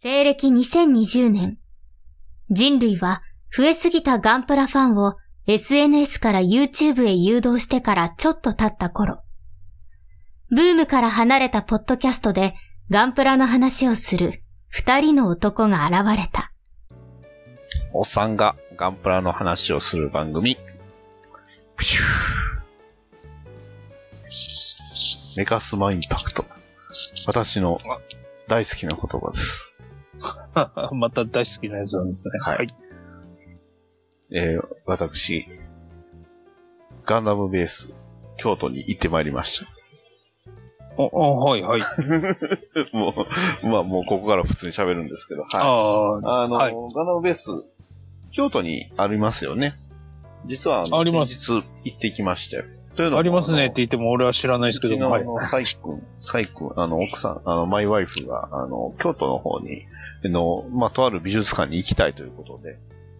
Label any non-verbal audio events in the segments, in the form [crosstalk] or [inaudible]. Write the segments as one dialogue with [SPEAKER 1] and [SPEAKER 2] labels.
[SPEAKER 1] 西暦2020年、人類は増えすぎたガンプラファンを SNS から YouTube へ誘導してからちょっと経った頃、ブームから離れたポッドキャストでガンプラの話をする二人の男が現れた。
[SPEAKER 2] おっさんがガンプラの話をする番組。プシューメカスマインパクト。私の大好きな言葉です。
[SPEAKER 3] [laughs] また大好きなやつなんですね。
[SPEAKER 2] はい。えー私、ガンダムベース、京都に行ってまいりました。
[SPEAKER 3] おおはい、はい。
[SPEAKER 2] [laughs] もう、まあもうここから普通に喋るんですけど、はい。
[SPEAKER 3] ああ、
[SPEAKER 2] あの、
[SPEAKER 3] はい
[SPEAKER 2] ガンダムベース、京都にありますよね。実は、の
[SPEAKER 3] あります
[SPEAKER 2] 先日行ってきましたよ。というのも
[SPEAKER 3] ありますねっ
[SPEAKER 2] あの
[SPEAKER 3] て言っても俺は知らないですけども。
[SPEAKER 2] う
[SPEAKER 3] は
[SPEAKER 2] ち
[SPEAKER 3] い。
[SPEAKER 2] のあの、サイ君、サイ君、あの、奥さん、あの、マイワイフが、あの、京都の方に、あの、まあ、とある美術館に行きたいということで、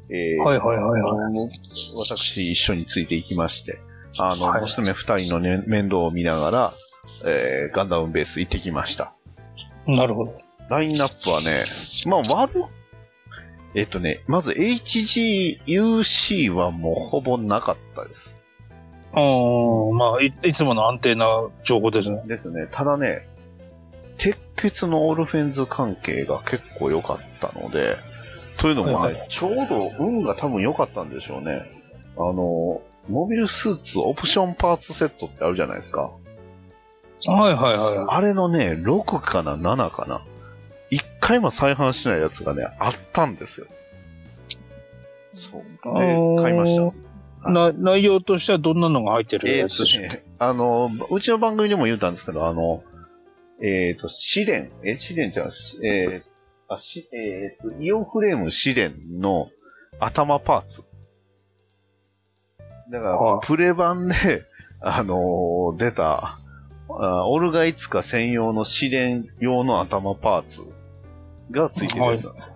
[SPEAKER 2] えー
[SPEAKER 3] はいはいはい
[SPEAKER 2] あ
[SPEAKER 3] はい。
[SPEAKER 2] の私一緒について行きまして、あの、
[SPEAKER 3] はい
[SPEAKER 2] 娘二人の、ね、面倒を見ながら、えーガンダムベース行ってきました。
[SPEAKER 3] なるほど。
[SPEAKER 2] ラインナップはね、まあ、悪、えっとね、まず HGUC はもうほぼなかったです。
[SPEAKER 3] うーん、まあい、いつもの安定な情報ですね。
[SPEAKER 2] ですね。ただね、鉄血のオルフェンズ関係が結構良かったので、というのもね、
[SPEAKER 3] はい
[SPEAKER 2] ちょうど運が多分良かったんでしょうね。あの、モビルスーツオプションパーツセットってあるじゃないですか。
[SPEAKER 3] はいはいはいは
[SPEAKER 2] あれのね、6かな、7かな。一回も再販しないやつがね、あったんですよ。そう。
[SPEAKER 3] あー
[SPEAKER 2] で、買いました。
[SPEAKER 3] い。な内容としてはどんなのが入ってる
[SPEAKER 2] え
[SPEAKER 3] や
[SPEAKER 2] ー
[SPEAKER 3] つ
[SPEAKER 2] と
[SPEAKER 3] でしょう
[SPEAKER 2] ね、あの、うちの番組でも言ったんですけど、あの、えっ、と、試練、え、試練じゃない、しえー、あ、し、えーと、イオンフレーム試練の頭パーツ。だから、
[SPEAKER 3] はい
[SPEAKER 2] プレ版で、 [laughs] あのー出た、あオルガイツカ専用の試練用の頭パーツが付いてるやつなんですよ。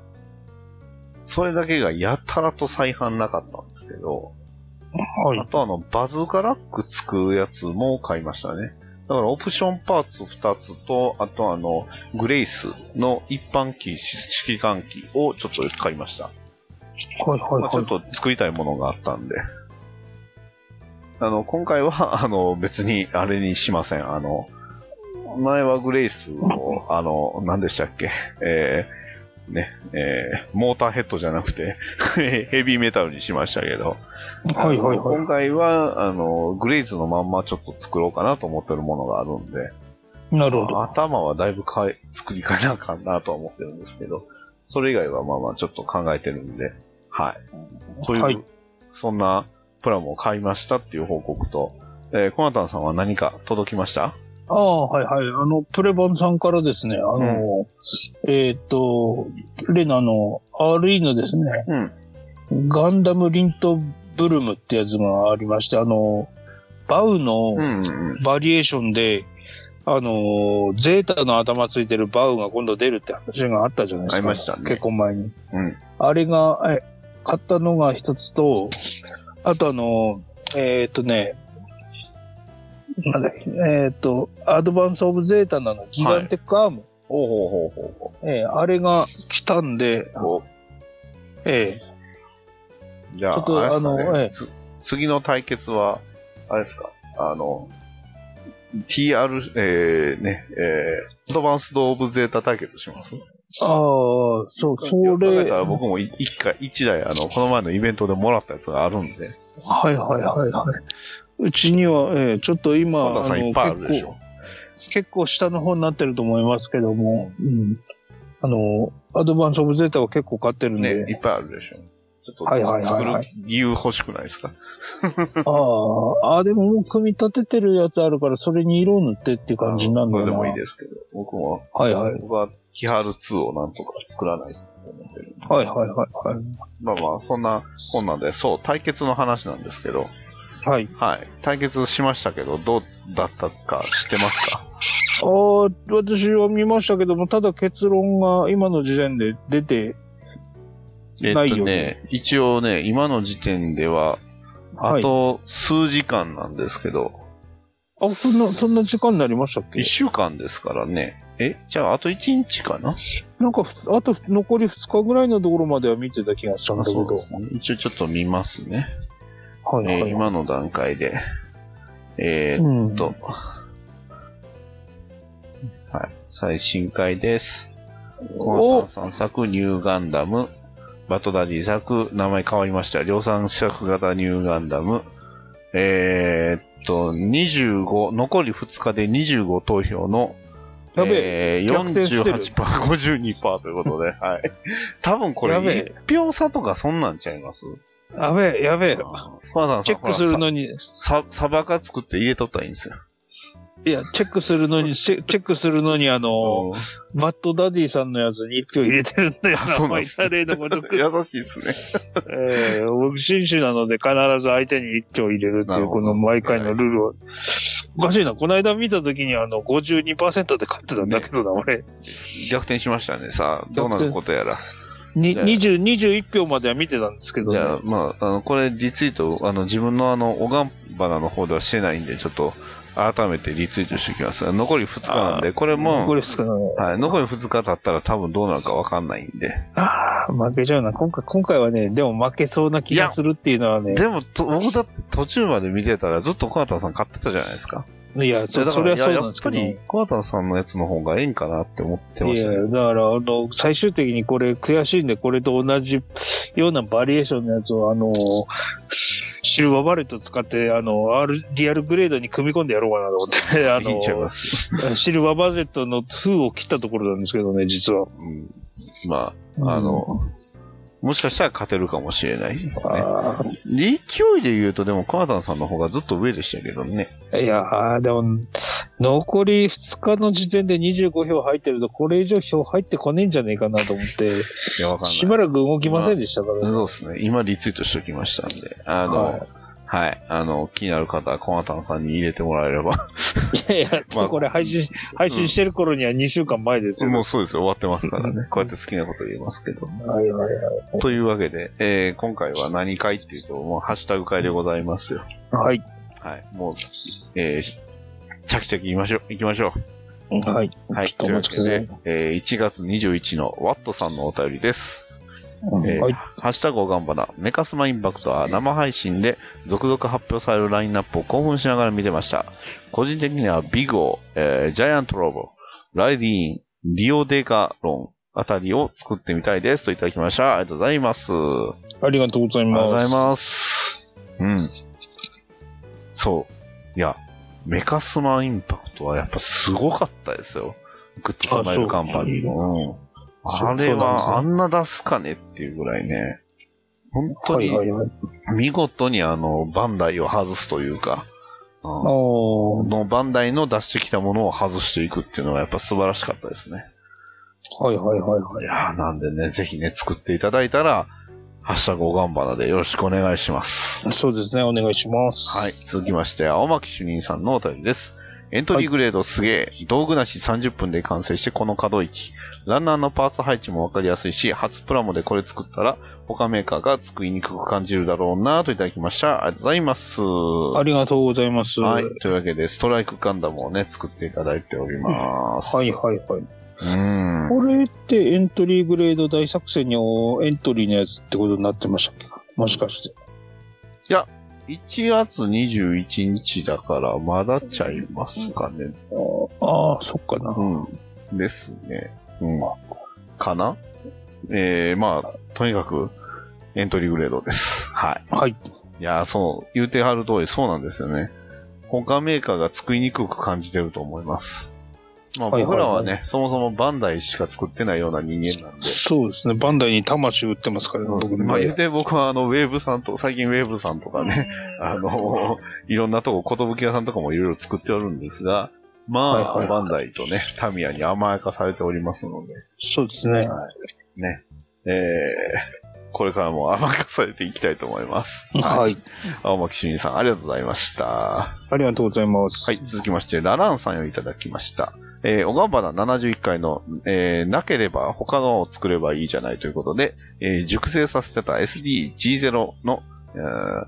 [SPEAKER 2] それだけがやたらと再販なかったんですけど、
[SPEAKER 3] は
[SPEAKER 2] [laughs]
[SPEAKER 3] い
[SPEAKER 2] あ。とあの、バズーカラックつくやつも買いましたね。だからオプションパーツ2つと、あとあの、グレイスの一般機、指揮官機をちょっと買いました。
[SPEAKER 3] はいはい
[SPEAKER 2] ま
[SPEAKER 3] は
[SPEAKER 2] あ、ちょ
[SPEAKER 3] い
[SPEAKER 2] っ。と作りたいものがあったんで。あの、今回は、あ [laughs] の、別にあれにしません。あの、前はグレイスを、あの、何でしたっけ、えー、ね、えー、モーターヘッドじゃなくて、 [laughs] ヘビーメタルにしましたけど、
[SPEAKER 3] はいは
[SPEAKER 2] あ
[SPEAKER 3] い
[SPEAKER 2] の
[SPEAKER 3] は
[SPEAKER 2] 今回は、あの、グレイズのまんまちょっと作ろうかなと思ってるものがあるんで、
[SPEAKER 3] い。なるほど。
[SPEAKER 2] 頭はだいぶ変え、作り変えなあかんなとは思ってるんですけど、それ以外はまあまあちょっと考えてるんで、はい。という、
[SPEAKER 3] はい
[SPEAKER 2] そんなプラモを買いましたっていう報告と、えー、コナタンさんは何か届きました
[SPEAKER 3] ああ、はいはい。あの、プレバンさんからですね、あの、えっ、と、レナの RE のですね、
[SPEAKER 2] うん。
[SPEAKER 3] ガンダムリントブルムってやつがありまして、あの、バウ
[SPEAKER 2] う
[SPEAKER 3] の
[SPEAKER 2] んうん
[SPEAKER 3] バリエーションで、あの、ゼータの頭ついてるバウが今度出るって話があったじゃないですか。
[SPEAKER 2] ありましたね
[SPEAKER 3] 結構前に。
[SPEAKER 2] うん。
[SPEAKER 3] あれが、え買ったのが一つと、あとあの、えーっ、とね、なんだっけ、えーっ、と、アドバンスオブゼータなの、ギガンテックアーム。
[SPEAKER 2] おほうほうほうほ
[SPEAKER 3] えーあれが来たんで
[SPEAKER 2] う、ほ
[SPEAKER 3] えー
[SPEAKER 2] う。じゃあ、
[SPEAKER 3] ちょっと
[SPEAKER 2] あれですかね
[SPEAKER 3] あのええ
[SPEAKER 2] つ次の対決は、あれですか、あの、TR、えー、ね、えー、アドバンスド・オブ・ゼータ対決します
[SPEAKER 3] ああ、そう、そ
[SPEAKER 2] だ
[SPEAKER 3] れ、
[SPEAKER 2] から僕もい一回、一台、あの、この前のイベントでもらったやつがあるんで、
[SPEAKER 3] はいはいはいはい。うちには、えーちょっと今、
[SPEAKER 2] まださんいっぱいあるでしょ。
[SPEAKER 3] 結構、結構下の方になってると思いますけども、うん。あの、アドバンスオブゼータは結構買ってるん
[SPEAKER 2] ね
[SPEAKER 3] で、、
[SPEAKER 2] いっぱいあるでしょ。ちょっと、
[SPEAKER 3] はいはいはいはい
[SPEAKER 2] 作る理由欲しくないですか
[SPEAKER 3] ああ、ああ、でももう組み立ててるやつあるから、それに色を塗ってっていう感じなん
[SPEAKER 2] それ
[SPEAKER 3] だな。
[SPEAKER 2] でもいいですけど、僕も、
[SPEAKER 3] はいはい。
[SPEAKER 2] 僕は、キハル2をなんとか作らないと思ってる。
[SPEAKER 3] はいはいはいは
[SPEAKER 2] まあまあ、そんな、こんなんで、そう、対決の話なんですけど、
[SPEAKER 3] い。はい。
[SPEAKER 2] はい。対決しましたけど、どうだったか知ってますか
[SPEAKER 3] ああ、私は見ましたけども、ただ結論が今の時点で出て、
[SPEAKER 2] えっ
[SPEAKER 3] [laughs] ない
[SPEAKER 2] と
[SPEAKER 3] よ
[SPEAKER 2] ね、一応ね、今の時点では、あと数時間なんですけど、
[SPEAKER 3] あ、そんな、そんな時間になりましたっけ
[SPEAKER 2] 一週間ですからね。えじゃあ、あと一日かな
[SPEAKER 3] なんかふ、あとふ残り2日ぐらいのところまでは見てた気がしたんだけ
[SPEAKER 2] そ
[SPEAKER 3] ど。
[SPEAKER 2] うですね。一応ちょっと見ますね。
[SPEAKER 3] はいはい
[SPEAKER 2] え
[SPEAKER 3] は
[SPEAKER 2] ー
[SPEAKER 3] い。
[SPEAKER 2] 今の段階で。えー
[SPEAKER 3] うん
[SPEAKER 2] えっと、はい、最新回です。コ
[SPEAKER 3] お
[SPEAKER 2] ンさん作ニューガンダム、バトダディ作、名前変わりました。量産尺型ニューガンダム、えーっと、25、残り2日で25投票の、
[SPEAKER 3] やべえ。
[SPEAKER 2] えー、
[SPEAKER 3] 逆転してる
[SPEAKER 2] 48%、52%ということ
[SPEAKER 3] [laughs]
[SPEAKER 2] で、はい。多分これ
[SPEAKER 3] やべえ
[SPEAKER 2] 1票差とかそんなんちゃいます
[SPEAKER 3] やべえ、やべえ。
[SPEAKER 2] コアさん
[SPEAKER 3] チェックする
[SPEAKER 2] ほら
[SPEAKER 3] のに、
[SPEAKER 2] さサバカ作って入れとったらいいんですよ。
[SPEAKER 3] いや、チェックするのに、チェチェックするのに、あの、マットダディさんのやつに1票入れてるんだよ
[SPEAKER 2] あそうなん
[SPEAKER 3] 毎
[SPEAKER 2] ですね
[SPEAKER 3] 回例のごと [laughs] く。
[SPEAKER 2] 優しいですね。
[SPEAKER 3] ええ僕、紳士なので必ず相手に1票入れるって
[SPEAKER 2] ないる
[SPEAKER 3] う、
[SPEAKER 2] ほど
[SPEAKER 3] この毎回のルールを。おかしいな。この間見たときに、あの、52%で勝ってたんだけ [laughs] どな、俺。
[SPEAKER 2] 逆転しましたね。さあ、どうなることやら。
[SPEAKER 3] に、
[SPEAKER 2] じゃあ
[SPEAKER 3] 20、21票までは見てたんですけど
[SPEAKER 2] じ
[SPEAKER 3] ね。
[SPEAKER 2] ゃあ、まあ、あの、これ、リツイート、あの、自分のあの、おがんばなの方ではしてないんで、ちょっと、改めてリツイートしておきます。残り2日なんで、これも、
[SPEAKER 3] これですかね。
[SPEAKER 2] はい、残り2日経ったら多分どうなるかわかんないんで。
[SPEAKER 3] ああ、負けちゃうな。今回、今回はね、でも負けそうな気がするっていうのはね。
[SPEAKER 2] でも、と僕だって途中まで見てたらずっと小畑さん買ってたじゃないですか。
[SPEAKER 3] いや、そ
[SPEAKER 2] いやだか
[SPEAKER 3] それ
[SPEAKER 2] ら
[SPEAKER 3] はそう
[SPEAKER 2] いや
[SPEAKER 3] な
[SPEAKER 2] や
[SPEAKER 3] んで
[SPEAKER 2] っ
[SPEAKER 3] す
[SPEAKER 2] ぱ
[SPEAKER 3] けど。
[SPEAKER 2] り小畑さんのやつの方がええんかなって思ってま
[SPEAKER 3] い
[SPEAKER 2] した
[SPEAKER 3] や、
[SPEAKER 2] ね。
[SPEAKER 3] だから、あの、最終的にこれ悔しいんで、これと同じようなバリエーションのやつを、あの、シルバーバレット使って、あの、R、リアルグレードに組み込んでやろうかなと思って、あ
[SPEAKER 2] いいんちゃいま
[SPEAKER 3] の、
[SPEAKER 2] す。
[SPEAKER 3] シルバーバレットの封を切ったところなんですけどね、実は。
[SPEAKER 2] うん、まあ、あの、もしかしたら勝てるかもしれない、ね。
[SPEAKER 3] うん、あー
[SPEAKER 2] 勢いで言うと、でも、桑田さんの方がずっと上でしたけどね。
[SPEAKER 3] いやー、でも、残り2日の時点で25票入ってると、これ以上票入ってこねえんじゃねえかなと思って、
[SPEAKER 2] いや、わかんない。
[SPEAKER 3] しばらく動きませんでしたからね。
[SPEAKER 2] そうですね。今、リツイートしときましたんで。あの、
[SPEAKER 3] は
[SPEAKER 2] はい。あの、気になる方は、桑田さんに入れてもらえれば。
[SPEAKER 3] いやいや、
[SPEAKER 2] まあ
[SPEAKER 3] これ配信し、配信してる頃には2週間前ですよ。
[SPEAKER 2] もうそうですよ。終わってますからね。こうやって好きなこと言えますけど。
[SPEAKER 3] はいはいはい。
[SPEAKER 2] というわけで、えー、今回は何回っていうと、もう、ハッシュタグ会でございますよ。
[SPEAKER 3] はい。
[SPEAKER 2] はい。もう、えー、しチャキチャキ言いましょう。行きましょう。
[SPEAKER 3] はい。
[SPEAKER 2] はい。
[SPEAKER 3] ちょっとお待ちくださ
[SPEAKER 2] と
[SPEAKER 3] い。
[SPEAKER 2] いうわけでえー、1月21のワットさんのお便りです。えー
[SPEAKER 3] はい。
[SPEAKER 2] ハッシュタグおがんばな、メカスマインパクトは生配信で続々発表されるラインナップを興奮しながら見てました。個人的にはビグオ、えージャイアントロボ、ライディーン、リオデガロンあたりを作ってみたいですといただきました。ありがとうございます。あり
[SPEAKER 3] ありがとうござい
[SPEAKER 2] が
[SPEAKER 3] ま
[SPEAKER 2] と
[SPEAKER 3] す。
[SPEAKER 2] うございます。うん。そう。いや、メカスマインパクトはやっぱすごかったですよ。グッドスマイルカンパニーの。うん
[SPEAKER 3] そう
[SPEAKER 2] あれ
[SPEAKER 3] そうなんです
[SPEAKER 2] は
[SPEAKER 3] よ
[SPEAKER 2] あんな出すかねっていうぐらいね。本当
[SPEAKER 3] はい
[SPEAKER 2] に
[SPEAKER 3] はいはい。
[SPEAKER 2] 見事にあの、バンダイを外すというか、
[SPEAKER 3] あ
[SPEAKER 2] う
[SPEAKER 3] あ、
[SPEAKER 2] んのバンダイの出してきたものを外していくっていうのがやっぱ素晴らしかったですね。
[SPEAKER 3] はいはいはいはい
[SPEAKER 2] い。やーなんでね、ぜひね、作っていただいたら、ハッシュタグおがんばなでよろしくお願いします。
[SPEAKER 3] そうですね、お願いしま
[SPEAKER 2] はい、
[SPEAKER 3] す。
[SPEAKER 2] 続きまして、青巻主任さんのお便りです。エントリーグレードすげえ、道具なし30分で完成してこの可動域。ランナーのパーツ配置もわかりやすいし、初プラモでこれ作ったら、他メーカーが作りにくく感じるだろうなぁといただきました。ありがとうございます。
[SPEAKER 3] ありがとうございます。
[SPEAKER 2] は
[SPEAKER 3] はいい。。
[SPEAKER 2] というわけで、ストライクガンダムをね、作っていただいております。
[SPEAKER 3] はいはいはい。
[SPEAKER 2] うん。
[SPEAKER 3] これってエントリーグレード大作戦にエントリーのやつってことになってましたっけもしかして。
[SPEAKER 2] 1月21日だから、まだちゃいますかね。
[SPEAKER 3] ああ、そっかな。
[SPEAKER 2] うん。ですね。うん。かなえー、まあ、とにかく、エントリーグレードです。はい。
[SPEAKER 3] はい。
[SPEAKER 2] いやー、そう、言うてはる通り、そうなんですよね。他メーカーが作りにくく感じてると思います。まあ、
[SPEAKER 3] はいはい
[SPEAKER 2] 僕らはね、そもそもバンダイしか作ってないような人間なんで。
[SPEAKER 3] そうですね。バンダイに魂売ってますからね、僕
[SPEAKER 2] まあ、
[SPEAKER 3] ね
[SPEAKER 2] 言うて僕はあの、ウェーブさんと、最近ウェーブさんとかね、あの、 [laughs] いろんなとこ、ことぶき屋さんとかもいろいろ作っておるんですが、まあ、
[SPEAKER 3] はいはい
[SPEAKER 2] バンダイとね、タミヤに甘やかされておりますので、
[SPEAKER 3] そうですね。
[SPEAKER 2] ね、えー、これからも甘やかされていきたいと思います。
[SPEAKER 3] はい。
[SPEAKER 2] 青巻主任さん、ありがとうございました。
[SPEAKER 3] ありがとうございます。
[SPEAKER 2] はい、続きまして、ラランさんをいただきました。えー、小川原71回の、えー、なければ他のを作ればいいじゃないということで、えー熟成させてた SDG0 の、えー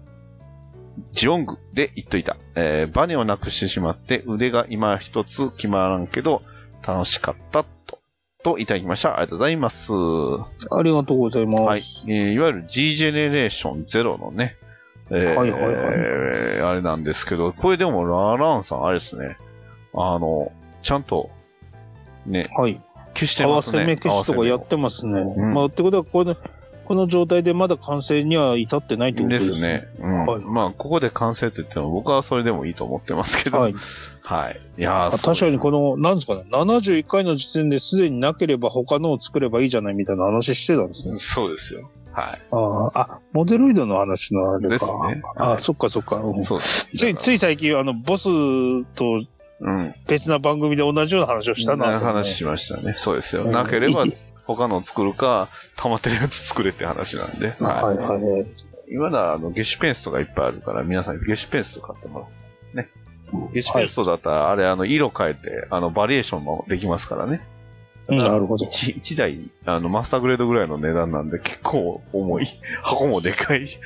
[SPEAKER 2] ジオングで言っといた。えーバネをなくしてしまって腕が今一つ決まらんけど、楽しかったと。といただきました。ありがとうございます。は
[SPEAKER 3] ありがとうございま
[SPEAKER 2] い。
[SPEAKER 3] す。
[SPEAKER 2] えーいわゆる G ジェネレーション0のね、えー
[SPEAKER 3] はいはいはい
[SPEAKER 2] えーあれなんですけど、これでもラランさん、あれですね、あの、ちゃんと、ね、
[SPEAKER 3] はい。
[SPEAKER 2] 消して
[SPEAKER 3] 合わ
[SPEAKER 2] ます
[SPEAKER 3] せ
[SPEAKER 2] ね。
[SPEAKER 3] 目消しとかやってますね。
[SPEAKER 2] ん
[SPEAKER 3] まあ、ってことは、この、この状態でまだ完成には至ってないってこと
[SPEAKER 2] で
[SPEAKER 3] です
[SPEAKER 2] す
[SPEAKER 3] ね。
[SPEAKER 2] ね。うん
[SPEAKER 3] はい
[SPEAKER 2] まあ、ここで完成って言っても、僕はそれでもいいと思ってますけど。は。
[SPEAKER 3] はいい。
[SPEAKER 2] いや
[SPEAKER 3] あ
[SPEAKER 2] ー
[SPEAKER 3] 確かにこの、なんですかね、71回の時点ですでになければ他のを作ればいいじゃないみたいな話してたんですね。
[SPEAKER 2] そうですよ。は
[SPEAKER 3] あーあ、モデロイドの話のあ
[SPEAKER 2] い。で
[SPEAKER 3] れ
[SPEAKER 2] す
[SPEAKER 3] か。
[SPEAKER 2] ね。
[SPEAKER 3] あ
[SPEAKER 2] は
[SPEAKER 3] ー、そっかそっか。うん
[SPEAKER 2] いそうです。
[SPEAKER 3] つい、つい最近、あの、ボスと
[SPEAKER 2] うん。
[SPEAKER 3] 別な番組で同じような話をしたなと、ね。
[SPEAKER 2] 話しましたね。そうですよ。
[SPEAKER 3] うん
[SPEAKER 2] なければ
[SPEAKER 3] いき、
[SPEAKER 2] 他のを作るか、溜まってるやつ作れって話なんで。
[SPEAKER 3] はいはいはい。
[SPEAKER 2] 今なら、あの、ゲシュペンストがいっぱいあるから、皆さんゲシュペンスト買ってもらう。ね。ゲシュペンストだったら、あれ、あの、色変えて、あの、バリエーションもできますからね。
[SPEAKER 3] うんなるほど。
[SPEAKER 2] 一一台、あの、マスターグレードぐらいの値段なんで、結構重い。箱もでかい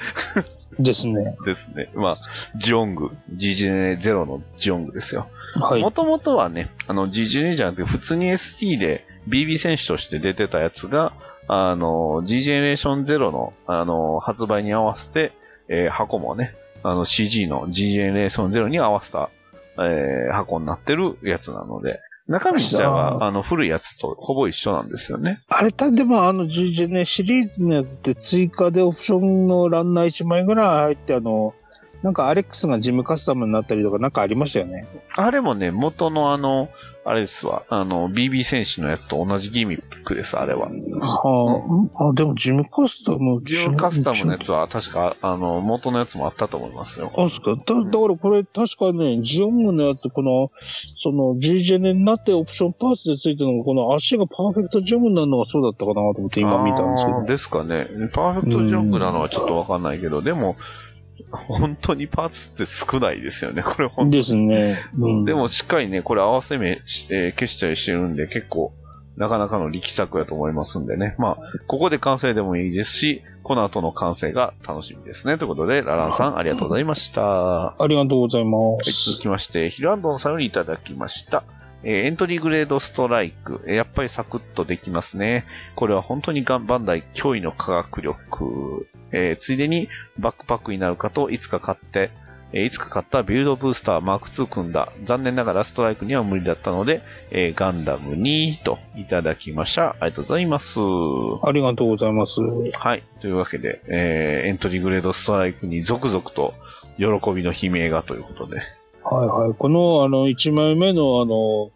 [SPEAKER 3] ですね。
[SPEAKER 2] ですね。まあ、ジオング、GGN0 のジオングですよ。
[SPEAKER 3] はい
[SPEAKER 2] も。ともとはね、あの、GGN じゃなくて、普通に ST で BB 選手として出てたやつが、あの、GGN0 の、あの、発売に合わせて、えー箱もね、あの、CG の GGN0 に合わせた、えー箱になってるやつなので、中身自体
[SPEAKER 3] あ
[SPEAKER 2] は、
[SPEAKER 3] ー
[SPEAKER 2] あの、古いやつとほぼ一緒なんですよね。
[SPEAKER 3] あれた、でもあの G ジェネシリーズのやつって追加でオプションのランナー1枚ぐらい入って、あの、なんかアレックスがジムカスタムになったりとかなんかありましたよね。
[SPEAKER 2] あれもね、元のあの、あれですわ、あの、BB 戦士のやつと同じギミックです、あれは。
[SPEAKER 3] はあ、あ、でもジムカスタム。
[SPEAKER 2] ジムカスタムのや
[SPEAKER 3] つ。
[SPEAKER 2] つは確か、あの、元のやつもあったと思いますよ。
[SPEAKER 3] あ、ですか。だだからこれ確かね、ジオングのやつ、この、その G ジェネになってオプションパーツでついてるのが、この足がパーフェクトジョムになるのがそうだったかなと思って今見たんですけ
[SPEAKER 2] あー
[SPEAKER 3] ど。
[SPEAKER 2] ですかね。パーフェクトジョングなのはちょっとわかんないけど、でも、本当にパーツって少ないですよね、これ本当
[SPEAKER 3] ですね。うん、
[SPEAKER 2] でもしっかりね、これ合わせ目して、消したりしてるんで、結構、なかなかの力作やと思いますんでね。まあ、ここで完成でもいいですし、この後の完成が楽しみですね。ということで、ラランさん、ありがとうございました。
[SPEAKER 3] ありがとうございま
[SPEAKER 2] はい続
[SPEAKER 3] す。
[SPEAKER 2] きまして、ヒルアンドンさんよりいただきました。えーエントリーグレードストライク。えーやっぱりサクッとできますね。これは本当にガンバンダイ脅威の科学力。えーついでにバックパックになるかと、いつか買って、えーいつか買ったビルドブースターマーク2組んだ。残念ながらストライクには無理だったので、えーガンダム2といただきました。ありがとうございます。
[SPEAKER 3] ありがとうございます。
[SPEAKER 2] はい。というわけで、えーエントリーグレードストライクに続々と喜びの悲鳴がということで。
[SPEAKER 3] はいはい。この、あの、1枚目の、あの、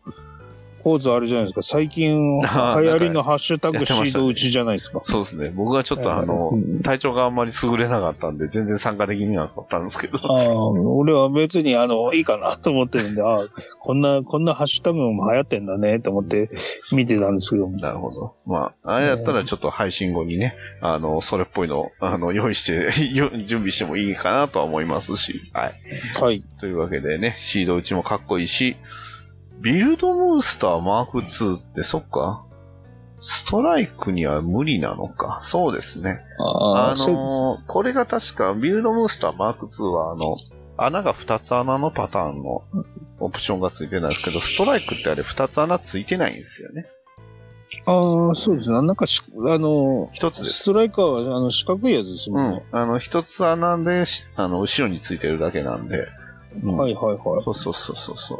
[SPEAKER 3] ポーズあるじゃないですか。最近、流
[SPEAKER 2] [laughs] あー
[SPEAKER 3] 行りのハッシュタ
[SPEAKER 2] や
[SPEAKER 3] グ
[SPEAKER 2] って
[SPEAKER 3] シ
[SPEAKER 2] ましたね
[SPEAKER 3] ード打ちじゃないですか。
[SPEAKER 2] そうですね。僕はちょっとあの
[SPEAKER 3] う、ん
[SPEAKER 2] 体調があんまり優れなかったんで、全然参加できなかったんですけど。 [laughs]
[SPEAKER 3] ああ俺は別に、あの、いいかなと思ってるんで、ああこんな、こんなハッシュタグも流行ってんだね、と思って見てたんですけども。
[SPEAKER 2] なるほど。まあ、あれだったらちょっと配信後にね、あの、それっぽいのを、あの、用意して、 [laughs] よ準備してもいいかなとは思いますし。はい。
[SPEAKER 3] はい。
[SPEAKER 2] というわけでね、シード打ちもかっこいいし、ビルドモンスターマーク2って、そっか。ストライクには無理なのか。そうですね。あ
[SPEAKER 3] あ
[SPEAKER 2] のーこれが確か、ビルドモンスターマーク2は、あの、穴が2つ穴のパターンのオプションがついてないですけど、ストライクってあれ2つ穴ついてないんですよね。
[SPEAKER 3] ああ、そうですね。なんかし、あの、
[SPEAKER 2] 1つです。
[SPEAKER 3] ストライカーは、あの、四角いやつです
[SPEAKER 2] う
[SPEAKER 3] もん
[SPEAKER 2] ん
[SPEAKER 3] ね。。
[SPEAKER 2] あの、1つ穴でし、あの、後ろについてるだけなんで。うん
[SPEAKER 3] はいはいはい。
[SPEAKER 2] そうそうそうそうそう。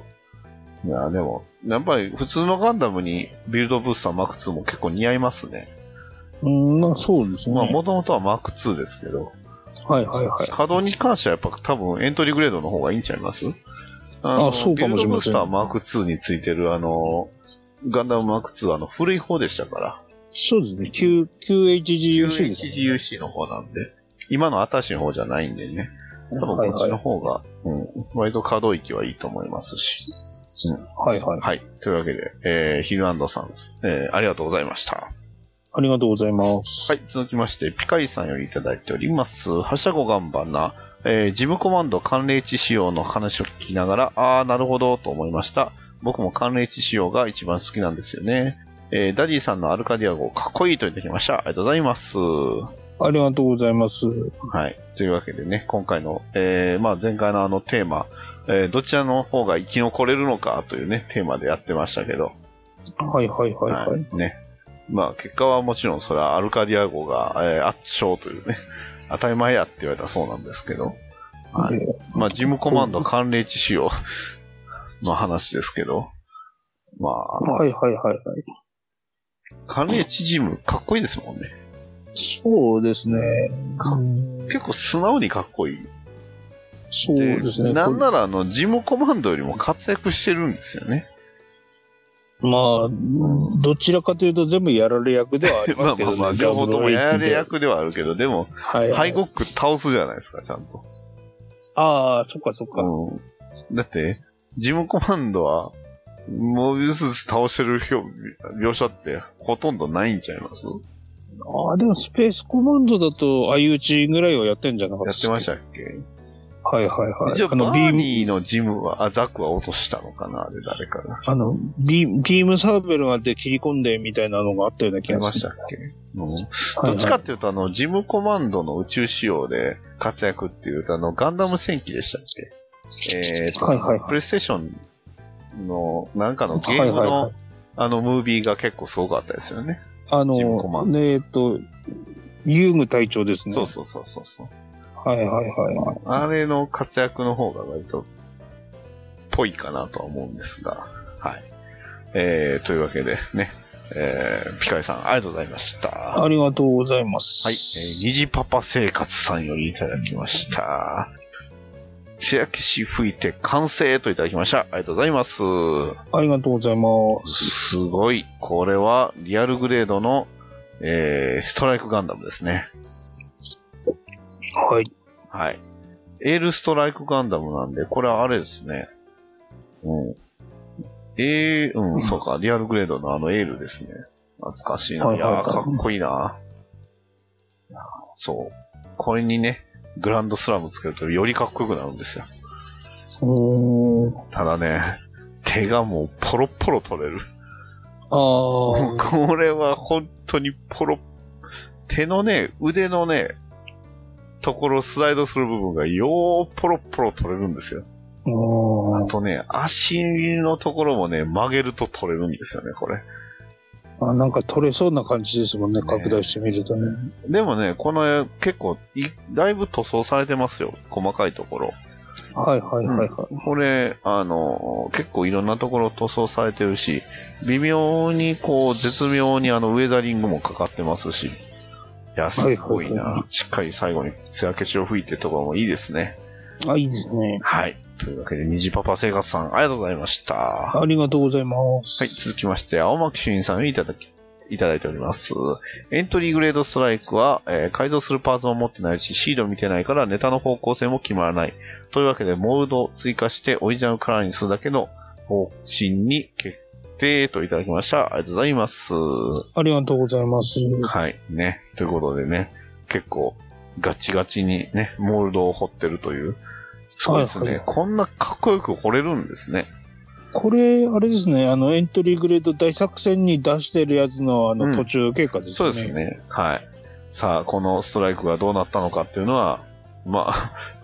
[SPEAKER 2] いや、でも、やっぱり普通のガンダムにビルドブースターマーク2も結構似合いますね。
[SPEAKER 3] うん、まあそうですね。
[SPEAKER 2] まあ、
[SPEAKER 3] はい
[SPEAKER 2] もともとはマーク2ですけど。
[SPEAKER 3] はいはい。
[SPEAKER 2] 稼働に関してはやっぱ多分エントリーグレードの方がいいんちゃいますあの
[SPEAKER 3] あそうかもしれま
[SPEAKER 2] ビルドブ
[SPEAKER 3] せん
[SPEAKER 2] ースターマーク2についてるあの、ガンダムマーク2はあの古い方でしたから。
[SPEAKER 3] そうですね。Q、QHGUC ですね。
[SPEAKER 2] UCGUC の方なんで。今の新しい方じゃないんでね。多
[SPEAKER 3] は
[SPEAKER 2] 分
[SPEAKER 3] い
[SPEAKER 2] こっちの
[SPEAKER 3] は
[SPEAKER 2] 方が、うん、割と可動域はいいと思いますし。
[SPEAKER 3] い。はいはい。
[SPEAKER 2] はい。というわけで、えー、ヒルアンドさんです、えーありがとうございました。
[SPEAKER 3] ありがとうございます。
[SPEAKER 2] はい、続きまして、ピカイさんよりいただいております。はしゃごがんばな、えー、ジムコマンド寒冷地仕様の話を聞きながら、あー、なるほど、と思いました。僕も寒冷地仕様が一番好きなんですよね。えー、ダディさんのアルカディア号、かっこいいといただきました。ありがとうございます。は
[SPEAKER 3] ありがとうございます。
[SPEAKER 2] い。というわけでね、今回の、えー、まあ前回のあのテーマ、えー、どちらの方が生き残れるのかというね、テーマでやってましたけど、
[SPEAKER 3] はいはいはいはい。
[SPEAKER 2] はい。ね。まあ、結果はもちろん、それはアルカディア号が、えー圧勝というね、当たり前やって言われたらそうなんですけど、はい
[SPEAKER 3] で
[SPEAKER 2] まあ、ジムコマンド寒冷地仕様の話ですけど、まあ、
[SPEAKER 3] はいはいはいはい。
[SPEAKER 2] 寒冷地ジム、かっこいいですもんね。
[SPEAKER 3] そうですね。
[SPEAKER 2] か
[SPEAKER 3] うん
[SPEAKER 2] 結構素直にかっこいい。
[SPEAKER 3] そうですね。
[SPEAKER 2] なんなら、あの、ジムコマンドよりも活躍してるんですよね。
[SPEAKER 3] まあ、どちらかというと全部やられ役ではあり
[SPEAKER 2] ま
[SPEAKER 3] ま
[SPEAKER 2] あ
[SPEAKER 3] すけ
[SPEAKER 2] ま
[SPEAKER 3] ど
[SPEAKER 2] あ [laughs]
[SPEAKER 3] ね。
[SPEAKER 2] まあ、両方ともやられ
[SPEAKER 3] 役。
[SPEAKER 2] 役ではあるけど、でも、
[SPEAKER 3] はい。
[SPEAKER 2] ハイゴック倒すじゃないですか、ちゃんと。
[SPEAKER 3] ああ、そっかそっか。
[SPEAKER 2] うん、だって、ジムコマンドは、モビウス倒してる表描写ってほとんどないんちゃいますや
[SPEAKER 3] ああ、でもスペースコマンドだと相打ちぐらいはやってんじゃなかった。
[SPEAKER 2] ってましたたっけ
[SPEAKER 3] はいはいはい。
[SPEAKER 2] 一応、
[SPEAKER 3] あの、
[SPEAKER 2] バ
[SPEAKER 3] ビ
[SPEAKER 2] ー
[SPEAKER 3] ーム、
[SPEAKER 2] ニーのジムは、あ、ザクは落としたのかなあれ、誰かが。
[SPEAKER 3] あの、ビーム、ビームサーベルがで切り込んでみたいなのがあったような気
[SPEAKER 2] 出
[SPEAKER 3] が
[SPEAKER 2] まし
[SPEAKER 3] す
[SPEAKER 2] た
[SPEAKER 3] る。
[SPEAKER 2] っけ、うん、
[SPEAKER 3] はい
[SPEAKER 2] どっちかっていうと、あの、ジムコマンドの宇宙仕様で活躍っていうと、あの、ガンダム戦記でしたっけえーと、
[SPEAKER 3] はいはいはい
[SPEAKER 2] プレイステーションの、なんかのゲームの、
[SPEAKER 3] はいはいはい
[SPEAKER 2] あの、ムービーが結構すごかったですよね。
[SPEAKER 3] あ
[SPEAKER 2] ジムコマ
[SPEAKER 3] の、
[SPEAKER 2] ン
[SPEAKER 3] ねえっと、ユーグ隊長ですね。
[SPEAKER 2] そうそうそうそうそう。
[SPEAKER 3] はいはいはいはい。
[SPEAKER 2] あれの活躍の方が割と、ぽいかなとは思うんですが、はい。えー、というわけでね、えー、ピカイさん、ありがとうございました。
[SPEAKER 3] ありがとうございます。
[SPEAKER 2] はい、えー、虹パパ生活さんよりいただきました。つや消し吹いて完成といただきました。ありがとうございます。
[SPEAKER 3] ありがとうございます。
[SPEAKER 2] すごい。これはリアルグレードの、えー、ストライクガンダムですね。
[SPEAKER 3] はい。
[SPEAKER 2] はい。エールストライクガンダムなんで、これはあれですね。うん。えー、う、
[SPEAKER 3] うんん
[SPEAKER 2] そうか、リアルグレードのあのエールですね。懐かしいな。
[SPEAKER 3] はいい
[SPEAKER 2] や
[SPEAKER 3] はいはい
[SPEAKER 2] ー、かっこいいな。そう。これにね、グランドスラムつけるとよりかっこよくなるんですよ。
[SPEAKER 3] おー
[SPEAKER 2] ただね、手がもうポロポロ取れる。
[SPEAKER 3] ああ、
[SPEAKER 2] これは本当にポロ、手のね、腕のね、ところスライドする部分がよーポロポロ取れるんですよ。あ
[SPEAKER 3] あ
[SPEAKER 2] とね、足のところもね、曲げると取れるんですよね、これ。
[SPEAKER 3] あ、なんか取れそうな感じですもんね、拡大してみるとね。
[SPEAKER 2] でもね、この絵結構い、だいぶ塗装されてますよ、細かいところ。
[SPEAKER 3] はいはいはいは
[SPEAKER 2] これ、あの、結構いろんなところ塗装されてるし、微妙にこう、絶妙にあの、ウェザリングもかかってますし、いや、すごい
[SPEAKER 3] はいはい
[SPEAKER 2] な。しっかり最後に艶消しを吹いてところもいいですね。
[SPEAKER 3] い。あ、いいですね。
[SPEAKER 2] はい。というわけで、虹パパ生活さん、ありがとうございました。
[SPEAKER 3] ありがとうございま
[SPEAKER 2] はい、
[SPEAKER 3] す。
[SPEAKER 2] 続きまして、青巻主任さんよりいただき、いただいております。エントリーグレードストライクは、えー改造するパーツも持ってないし、シード見てないからネタの方向性も決まらない。というわけで、モールドを追加してオリジナルカラーにするだけの方針に決定といただきました。ありがとうございます。は
[SPEAKER 3] ありがとうございます。
[SPEAKER 2] い、ね。ということでね、結構ガチガチにね、モールドを掘ってるという。そうですね。
[SPEAKER 3] はいはい
[SPEAKER 2] こんなかっこよく掘れるんですね。
[SPEAKER 3] これ、あれですね、あの、エントリーグレード大作戦に出してるやつの、あ
[SPEAKER 2] うん
[SPEAKER 3] の、途中経過です
[SPEAKER 2] そう
[SPEAKER 3] ね。
[SPEAKER 2] ですね。はい。さあ、このストライクがどうなったのかっていうのは、ま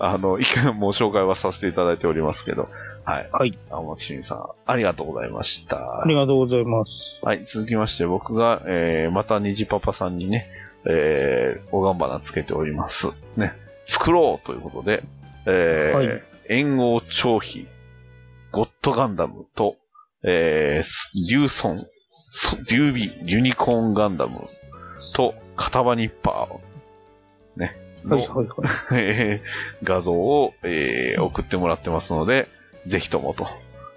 [SPEAKER 2] あ、 [laughs] あの、一回もう紹介はさせていただいておりますけど、はい。
[SPEAKER 3] はい。
[SPEAKER 2] 青巻新さん、ありがとうございました。
[SPEAKER 3] ありがとうございます。
[SPEAKER 2] はい、続きまして、僕が、えー、また虹パパさんにね、えー、おがんばなつけております。ね、作ろうということで、えー、
[SPEAKER 3] はい
[SPEAKER 2] 炎王張飛、ゴッドガンダムと、えー、リュウソン、ソリュウビ、ユニコーンガンダムと、カタバニッパー、ね、
[SPEAKER 3] は
[SPEAKER 2] の
[SPEAKER 3] い、はいはい。
[SPEAKER 2] えー [laughs] 画像を、えー送ってもらってますので、ぜひともと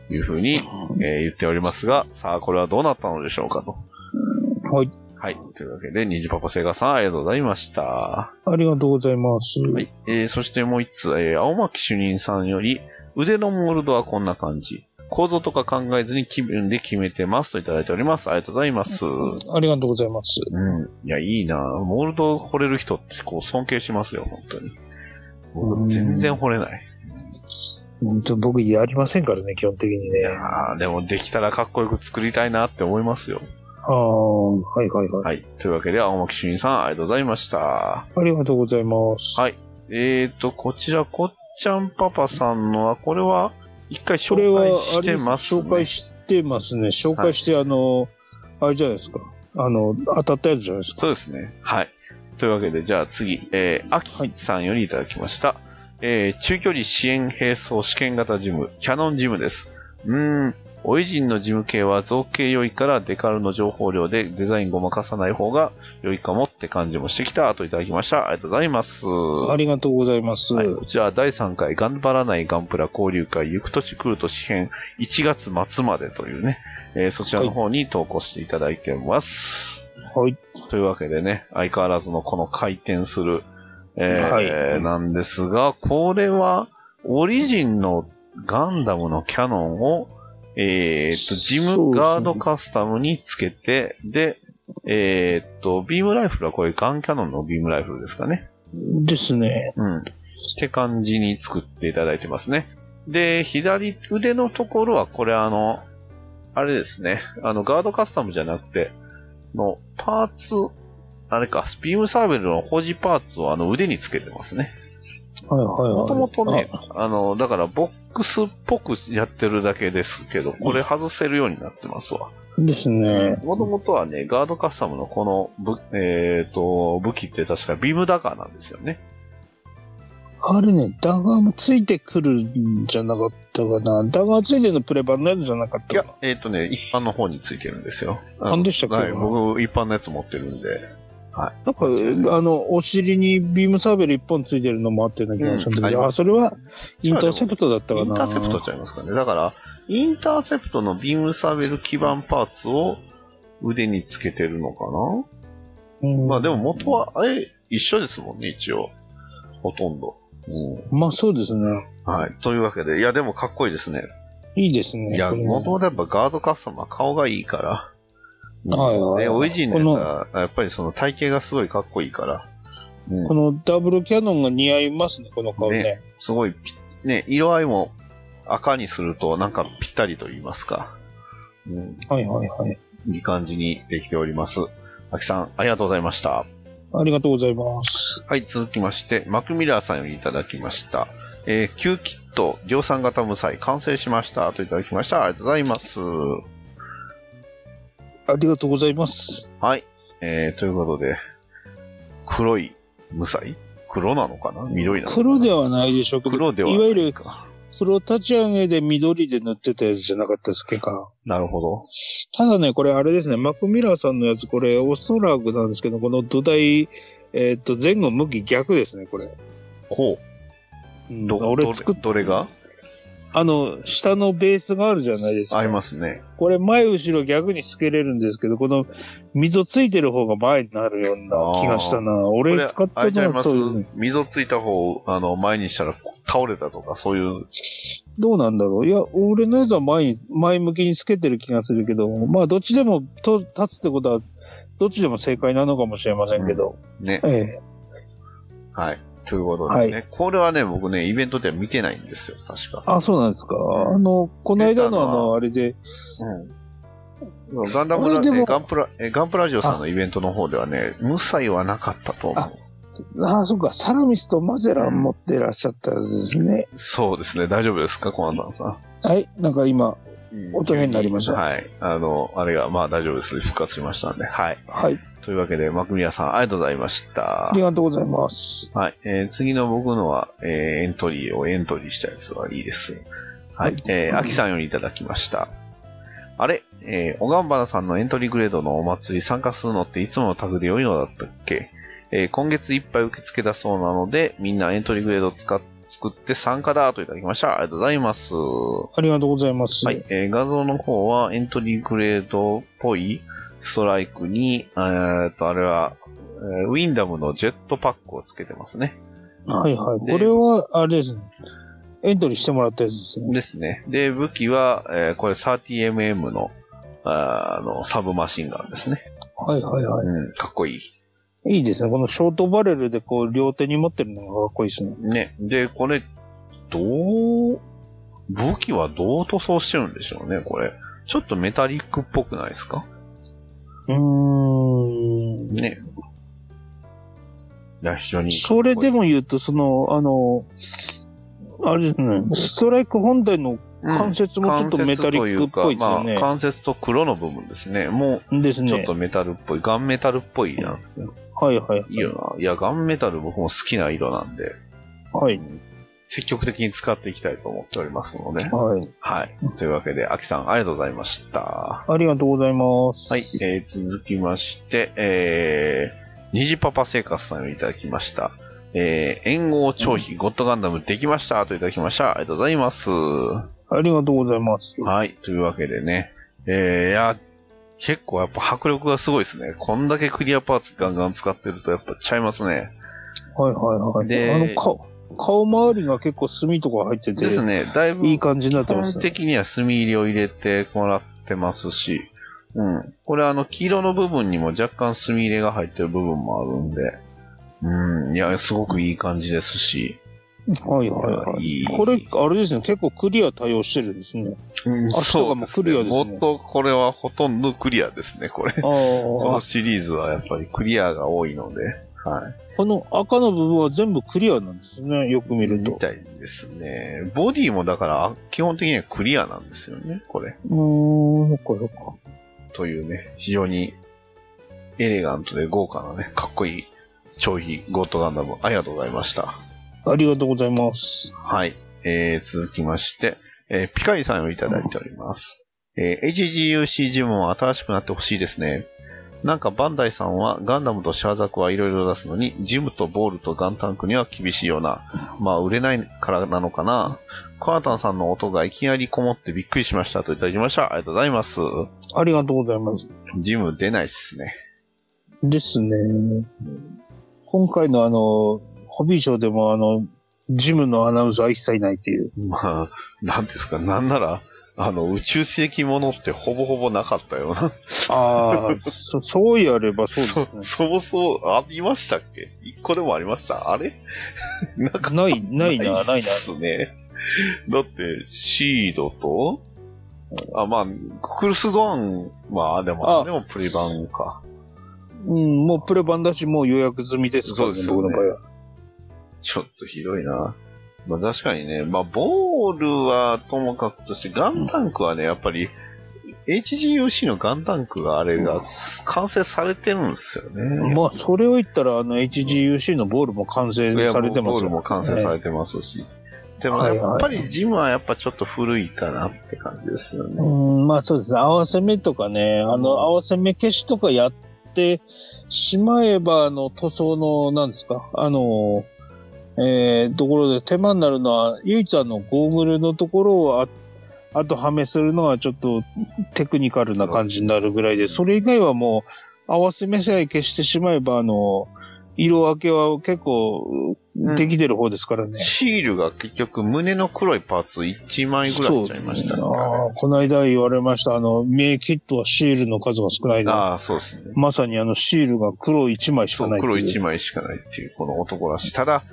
[SPEAKER 2] いうふうに、えー言っておりますが、さあ、これはどうなったのでしょうかと。
[SPEAKER 3] はい。
[SPEAKER 2] はい。というわけで、ニジパパセガさん、ありがとうございました。は
[SPEAKER 3] ありがとうございます。
[SPEAKER 2] い。えーそしてもう一つ、えー青巻主任さんより、腕のモールドはこんな感じ。構造とか考えずに気分で決めてますといただいております。ありがとうございます。う
[SPEAKER 3] ありがとうございます。
[SPEAKER 2] ん。いや、いいなモールド掘れる人って、こう、尊敬しますよ、本当に。僕全然掘れない。
[SPEAKER 3] うんと僕、やりませんからね、基本的に
[SPEAKER 2] い
[SPEAKER 3] ね。
[SPEAKER 2] やーでも、できたらかっこよく作りたいなって思いますよ。
[SPEAKER 3] ああ、はいはいはい。
[SPEAKER 2] はい。というわけで、青巻主任さん、ありがとうございました。
[SPEAKER 3] ありがとうございます。
[SPEAKER 2] はいえーと、こちら、こっちゃんパパさんのは、これは、一回紹
[SPEAKER 3] これは、
[SPEAKER 2] 介
[SPEAKER 3] あ
[SPEAKER 2] し
[SPEAKER 3] れ
[SPEAKER 2] て
[SPEAKER 3] です
[SPEAKER 2] ます、ね。
[SPEAKER 3] 紹介してますね。紹介して、あの、あれじゃないですか。あの、当たったやつじゃないですか。
[SPEAKER 2] そうですね。はい。というわけで、じゃあ次、えー、アキさんよりいただきました。えー、中距離支援並走試験型ジム、キャノンジムです。うーん、オイジンのジム系は造形良いからデカールの情報量でデザインごまかさない方が良いかもって感じもしてきたといただきました。ありがとうございます。
[SPEAKER 3] ありがとうございます。
[SPEAKER 2] はい、こちら第3回頑張らないガンプラ交流会、ゆく年来る年編、1月末までというね、えーそちらの方に投稿していただいてます。
[SPEAKER 3] はい。
[SPEAKER 2] というわけでね、相変わらずのこの回転する、えー
[SPEAKER 3] はい
[SPEAKER 2] なんですが、これは、オリジンのガンダムのキャノンを、えーっと、ジ
[SPEAKER 3] そう
[SPEAKER 2] ム
[SPEAKER 3] ですね
[SPEAKER 2] ガードカスタムにつけて、で、えーっと、ビームライフルはこれガンキャノンのビームライフルですかね。
[SPEAKER 3] ですね。
[SPEAKER 2] うん。って感じに作っていただいてますね。で、左腕のところは、これあの、あれですね。あの、ガードカスタムじゃなくて、の、パーツ、あれか、スピームサーベルの保持パーツをあの腕につけてますね。
[SPEAKER 3] はいはいはい。
[SPEAKER 2] もともとね、あの、だからボックスっぽくやってるだけですけど、これ外せるようになってますわ。
[SPEAKER 3] あ。ですね。
[SPEAKER 2] もともとはね、ガードカスタムのこの武、えっ、と、武器って確かビームダガーなんですよね。
[SPEAKER 3] あれね、ダガーもついてくるんじゃなかったかな。ダガーついてるのプレ版のやつじゃなかっ
[SPEAKER 2] い
[SPEAKER 3] た
[SPEAKER 2] や
[SPEAKER 3] かな。、
[SPEAKER 2] えっ、とね、一般の方についてるんですよ。あ
[SPEAKER 3] 何
[SPEAKER 2] の
[SPEAKER 3] でしたっけ、
[SPEAKER 2] はい、僕、一般のやつ持ってるんで。
[SPEAKER 3] なんか、あの、お尻にビームサーベル一本ついてるのもあってな気がしたんだけど、
[SPEAKER 2] うん
[SPEAKER 3] あ、それはインターセプトだったかな。
[SPEAKER 2] インターセプトちゃいますかね。だから、インターセプトのビームサーベル基板パーツを腕につけてるのか
[SPEAKER 3] うん
[SPEAKER 2] なまあでも元は、あれ、一緒ですもんね、一応。ほとんど。
[SPEAKER 3] まあそうですね。
[SPEAKER 2] うん、はい。というわけで、いや、でもかっこいいですね。
[SPEAKER 3] いいですね。
[SPEAKER 2] いや、
[SPEAKER 3] これね
[SPEAKER 2] 元々やっぱガードカスタマー顔がいいから。
[SPEAKER 3] はいはいはい
[SPEAKER 2] で、オイジンのやつは、やっぱりその体型がすごいかっこいいから。うん
[SPEAKER 3] このダブルキャノンが似合いますね、この顔ね。
[SPEAKER 2] ねすごいぴ、ね、色合いも赤にするとなんかぴったりと言いますか。うん、
[SPEAKER 3] はいはいはい。
[SPEAKER 2] いい感じにできております。あきさん、ありがとうございました。
[SPEAKER 3] ありがとうございます。
[SPEAKER 2] はい、続きまして、マクミラーさんよりいただきました。えー、旧キット量産型無彩完成しましたといただきました。ありがとうございます。
[SPEAKER 3] ありがとうございます。
[SPEAKER 2] はい、えー、ということで、黒い無彩黒なのかな緑なのかな
[SPEAKER 3] 黒ではないでしょうけど、
[SPEAKER 2] 黒ではい
[SPEAKER 3] わゆる
[SPEAKER 2] か。
[SPEAKER 3] 黒立ち上げで緑で塗ってたやつじゃなかったっすっけか。
[SPEAKER 2] なるほど。
[SPEAKER 3] ただね、これあれですね、マクミラーさんのやつ、これおそらくなんですけど、この土台、えーっと、前後向き逆ですね、これ。
[SPEAKER 2] ほ
[SPEAKER 3] うん
[SPEAKER 2] う。ど、
[SPEAKER 3] 俺作っ
[SPEAKER 2] どれどれが
[SPEAKER 3] あの、下のベースがあるじゃないですか。
[SPEAKER 2] 合いますね。
[SPEAKER 3] これ前後ろ逆につけれるんですけど、この溝ついてる方が前になるような気がしたな。
[SPEAKER 2] こ
[SPEAKER 3] 俺
[SPEAKER 2] れ
[SPEAKER 3] 使ったのはそうですね。
[SPEAKER 2] 溝ついた方をあの前にしたら倒れたとか、そういう。
[SPEAKER 3] どうなんだろういや、俺のやつは前に、前向きにつけてる気がするけど、まあどっちでもと立つってことは、どっちでも正解なのかもしれませんけど。
[SPEAKER 2] ね。
[SPEAKER 3] ええ。
[SPEAKER 2] はい。ということですね。これはね、僕ね、イベントでは見てないんですよ、確か。
[SPEAKER 3] あ、そうなんですか。あの、この間のあの、あれで、
[SPEAKER 2] うん。ガンダムラ
[SPEAKER 3] これでも
[SPEAKER 2] えガンプラ、えガンプラジオさんのイベントの方ではね、無才はなかったと思
[SPEAKER 3] あ
[SPEAKER 2] う。
[SPEAKER 3] ああ、そうか、サラミスとマゼラン持ってらっしゃったやつですね。
[SPEAKER 2] そうですね、大丈夫ですか、コマンダーさ
[SPEAKER 3] はい、なんか今、
[SPEAKER 2] ん。
[SPEAKER 3] 音変になりました
[SPEAKER 2] はい。あの、あれが、まあ大丈夫です。復活しましたんで。はい。
[SPEAKER 3] はい、
[SPEAKER 2] というわけで、マクミラさん、ありがとうございました
[SPEAKER 3] あり。がとうございます。
[SPEAKER 2] はい。えー次の僕のは、えーエントリーをエントリーしたやつはいいです。はい。えー、アキさんよりいただきました。あれえー、おがんばなさんのエントリーグレードのお祭り参加するのっていつものタグで良いのだったっけえー今月いっぱい受付だそうなので、みんなエントリーグレードを使っ作って参加だといただきました。ありがとうございます。
[SPEAKER 3] ありがとうございます。
[SPEAKER 2] はい、えー画像の方はエントリーグレードっぽいストライクに、えーっと、あれは、えーウィンダムのジェットパックをつけてますね。
[SPEAKER 3] はいはい。こ
[SPEAKER 2] で
[SPEAKER 3] れは、あれですね。エントリーしてもらったやつですね。
[SPEAKER 2] ですね。で、武器は、えーこれ 30mm の、あーあの、サブマシンガンですね。
[SPEAKER 3] はいはいは
[SPEAKER 2] うん、かっこいい。
[SPEAKER 3] い。いいですね。このショートバレルでこう、両手に持ってるのがかっこいいですね。
[SPEAKER 2] ね。で、これ、どう、武器はどう塗装してるんでしょうね、これ。ちょっとメタリックっぽくないですか
[SPEAKER 3] うーん。
[SPEAKER 2] ね。いや、非常に。
[SPEAKER 3] それでも言うと、その、あの、あれですね、ストライク本体の
[SPEAKER 2] うん
[SPEAKER 3] 関節もちょっとメタリックっぽいです
[SPEAKER 2] 関節と
[SPEAKER 3] よ
[SPEAKER 2] いう
[SPEAKER 3] ね
[SPEAKER 2] か。まあ、関節と黒の部分ですね。も
[SPEAKER 3] です
[SPEAKER 2] う、
[SPEAKER 3] ね。
[SPEAKER 2] ちょっとメタルっぽい。ガンメタルっぽいな。
[SPEAKER 3] はいはい。
[SPEAKER 2] いいよな。いや、ガンメタル僕も好きな色なんで、
[SPEAKER 3] はい。
[SPEAKER 2] 積極的に使っていきたいと思っておりますので。
[SPEAKER 3] はい。
[SPEAKER 2] はい。というわけで、アキさん、ありがとうございました。
[SPEAKER 3] ありがとうございます。
[SPEAKER 2] はい。えー続きまして、えー、虹パパ生活さんをいただきました。えー、縁号超費、ゴッドガンダムできましたといただきました。ありがとうございます。
[SPEAKER 3] ありがとうございます。
[SPEAKER 2] はい。というわけでね、えー、いや、結構やっぱ迫力がすごいですね。こんだけクリアパーツガンガン使ってるとやっぱちゃいますね。
[SPEAKER 3] はいはいはい。
[SPEAKER 2] で
[SPEAKER 3] あの顔、顔周りが結構墨とか入ってて、
[SPEAKER 2] ですね。だいぶ、
[SPEAKER 3] いい感じになっ
[SPEAKER 2] 基
[SPEAKER 3] てます
[SPEAKER 2] 本
[SPEAKER 3] ね。
[SPEAKER 2] 的には墨入りを入れてもらってますし、うん。これあの、黄色の部分にも若干墨入れが入ってる部分もあるんで、うん、いや、すごくいい感じですし、
[SPEAKER 3] はいはいはい。
[SPEAKER 2] いい
[SPEAKER 3] これ、あれですね、結構クリア対応してるんですね。
[SPEAKER 2] うん
[SPEAKER 3] 足とかもクリアですね
[SPEAKER 2] そうね。もっとこれはほとんどクリアですね、これ。
[SPEAKER 3] あ
[SPEAKER 2] この
[SPEAKER 3] あ、
[SPEAKER 2] シリーズはやっぱりクリアが多いので、はい。
[SPEAKER 3] この赤の部分は全部クリアなんですね、よく見る
[SPEAKER 2] み
[SPEAKER 3] と。
[SPEAKER 2] たいですね。ボディもだから、あ基本的にはクリアなんですよね、これ。
[SPEAKER 3] うーん、そっかそっか。
[SPEAKER 2] というね、非常にエレガントで豪華なね、かっこいい超費ゴッドガンダム、ありがとうございました。
[SPEAKER 3] ありがとうございます。
[SPEAKER 2] はい。えー、続きまして、えーピカリさんをいただいております。えー HGUC ジムも新しくなってほしいですね。なんかバンダイさんはガンダムとシャーザクはいろいろ出すのに、ジムとボールとガンタンクには厳しいような。まあ、売れないからなのかな。カータンさんの音がいきなりこもってびっくりしましたといただきました。ありがとうございます。
[SPEAKER 3] ありがとうございます。
[SPEAKER 2] ジム出ないっすね。
[SPEAKER 3] ですね。今回のあの、ホビーショーでもあの、ジムのアナウンスは一切ないっていう。
[SPEAKER 2] まあ、なんていうんですか、なんなら、あの、宇宙世紀ものってほぼほぼなかったよな。
[SPEAKER 3] ああ、そ [laughs] そうやればそうですね。
[SPEAKER 2] そもそもありましたっけ一個でもありましたあれ [laughs] なんか
[SPEAKER 3] [laughs] ない、ないな、ない
[SPEAKER 2] っ
[SPEAKER 3] な。
[SPEAKER 2] すね。だって、シードと、あ、まあ、クルスドアン、まあ、でも、
[SPEAKER 3] あ
[SPEAKER 2] でもプレ版か。
[SPEAKER 3] うん、もうプレ版だし、もう予約済みですからね、
[SPEAKER 2] そうですよね
[SPEAKER 3] 僕の場合は。
[SPEAKER 2] ちょっとひどいな。まあ確かにね、まあ、ボールはともかくとして、ガンタンクはね、やっぱり、HGUC のガンタンクがあれが完成されてるんですよね。
[SPEAKER 3] まあ、それを言ったら、あの、HGUC のボールも完成
[SPEAKER 2] いや
[SPEAKER 3] されてま
[SPEAKER 2] ボ
[SPEAKER 3] す
[SPEAKER 2] ールも完成されてますし。でも
[SPEAKER 3] はい
[SPEAKER 2] やっぱりジムはやっぱちょっと古いかなって感じですよ
[SPEAKER 3] う
[SPEAKER 2] ね。
[SPEAKER 3] ん、まあそうですね。合わせ目とかね、あの、合わせ目消しとかやってしまえば、あの、塗装の、なんですか、あの、えー、ところで手間になるのは、唯一あの、ゴーグルのところをあ、あとはめするのはちょっとテクニカルな感じになるぐらいで、それ以外はもう、合わせ目さえ消してしまえば、あの、色分けは結構できてる方ですからね。
[SPEAKER 2] シールが結局胸の黒いパーツ1枚ぐらいちゃいましたね
[SPEAKER 3] そうですねああこの間言われました。あの、名キットはシールの数が少ないな。
[SPEAKER 2] ああ、そうですね。
[SPEAKER 3] まさにあの、シールが黒1枚し
[SPEAKER 2] そ
[SPEAKER 3] か
[SPEAKER 2] う
[SPEAKER 3] ないっていう
[SPEAKER 2] 黒1枚しかないっていう、この男らしい。ただ、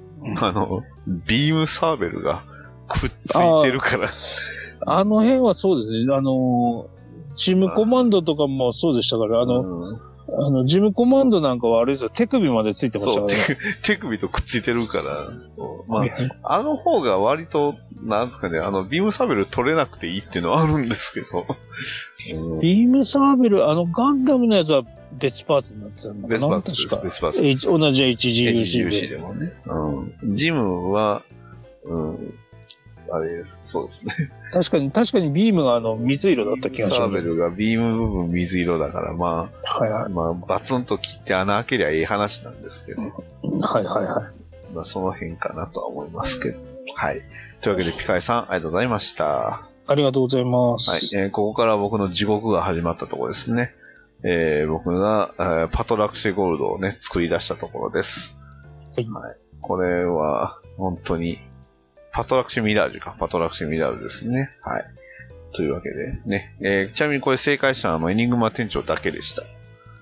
[SPEAKER 2] あの、ビームサーベルがくっついてるから、
[SPEAKER 3] あの辺はそうですね。あのー、チームコマンドとかもそうでしたから、あの、
[SPEAKER 2] うん
[SPEAKER 3] あの、ジムコマンドなんかはあれですよ、手首までついてました
[SPEAKER 2] そ
[SPEAKER 3] か
[SPEAKER 2] う
[SPEAKER 3] らね。
[SPEAKER 2] 手、手首とくっついてるから、そうまあ、あの方が割と、なんですかね、あの、ビームサーベル取れなくていいっていうのはあるんですけど、うん
[SPEAKER 3] ビームサーベル、あの、ガンダムのやつは別パーツになってたの
[SPEAKER 2] ベ
[SPEAKER 3] か
[SPEAKER 2] スパ
[SPEAKER 3] な
[SPEAKER 2] ーツです。
[SPEAKER 3] 確か
[SPEAKER 2] ベ。スパーツです
[SPEAKER 3] H 同じ HGUC で
[SPEAKER 2] HGUC。でもね。うん。ジムは、うん。あれ、そうですね。
[SPEAKER 3] 確かに、確かにビームがあの、水色だった気
[SPEAKER 2] サ
[SPEAKER 3] がしま
[SPEAKER 2] ー
[SPEAKER 3] す
[SPEAKER 2] ベル
[SPEAKER 3] る。
[SPEAKER 2] がビーム部分水色だから、ま
[SPEAKER 3] はいは
[SPEAKER 2] あ、まあ、バツンと切って穴開けりゃええ話なんですけど、
[SPEAKER 3] い。はいはいは
[SPEAKER 2] まあ、その辺かなとは思いますけど。はい。というわけで、ピカイさん、ありがとうございました。
[SPEAKER 3] い。ありがとうございます。
[SPEAKER 2] はい、えーここから僕の地獄が始まったところですね。えー僕が、えーパトラクシェゴールドをね、作り出したところです。
[SPEAKER 3] はい
[SPEAKER 2] これは、本当に、パトラクシェミラージュか、パトラクシェミラージュですね。はい。というわけで、ね。えーちなみにこれ正解したのはあのエニグマ店長だけでした。
[SPEAKER 3] あ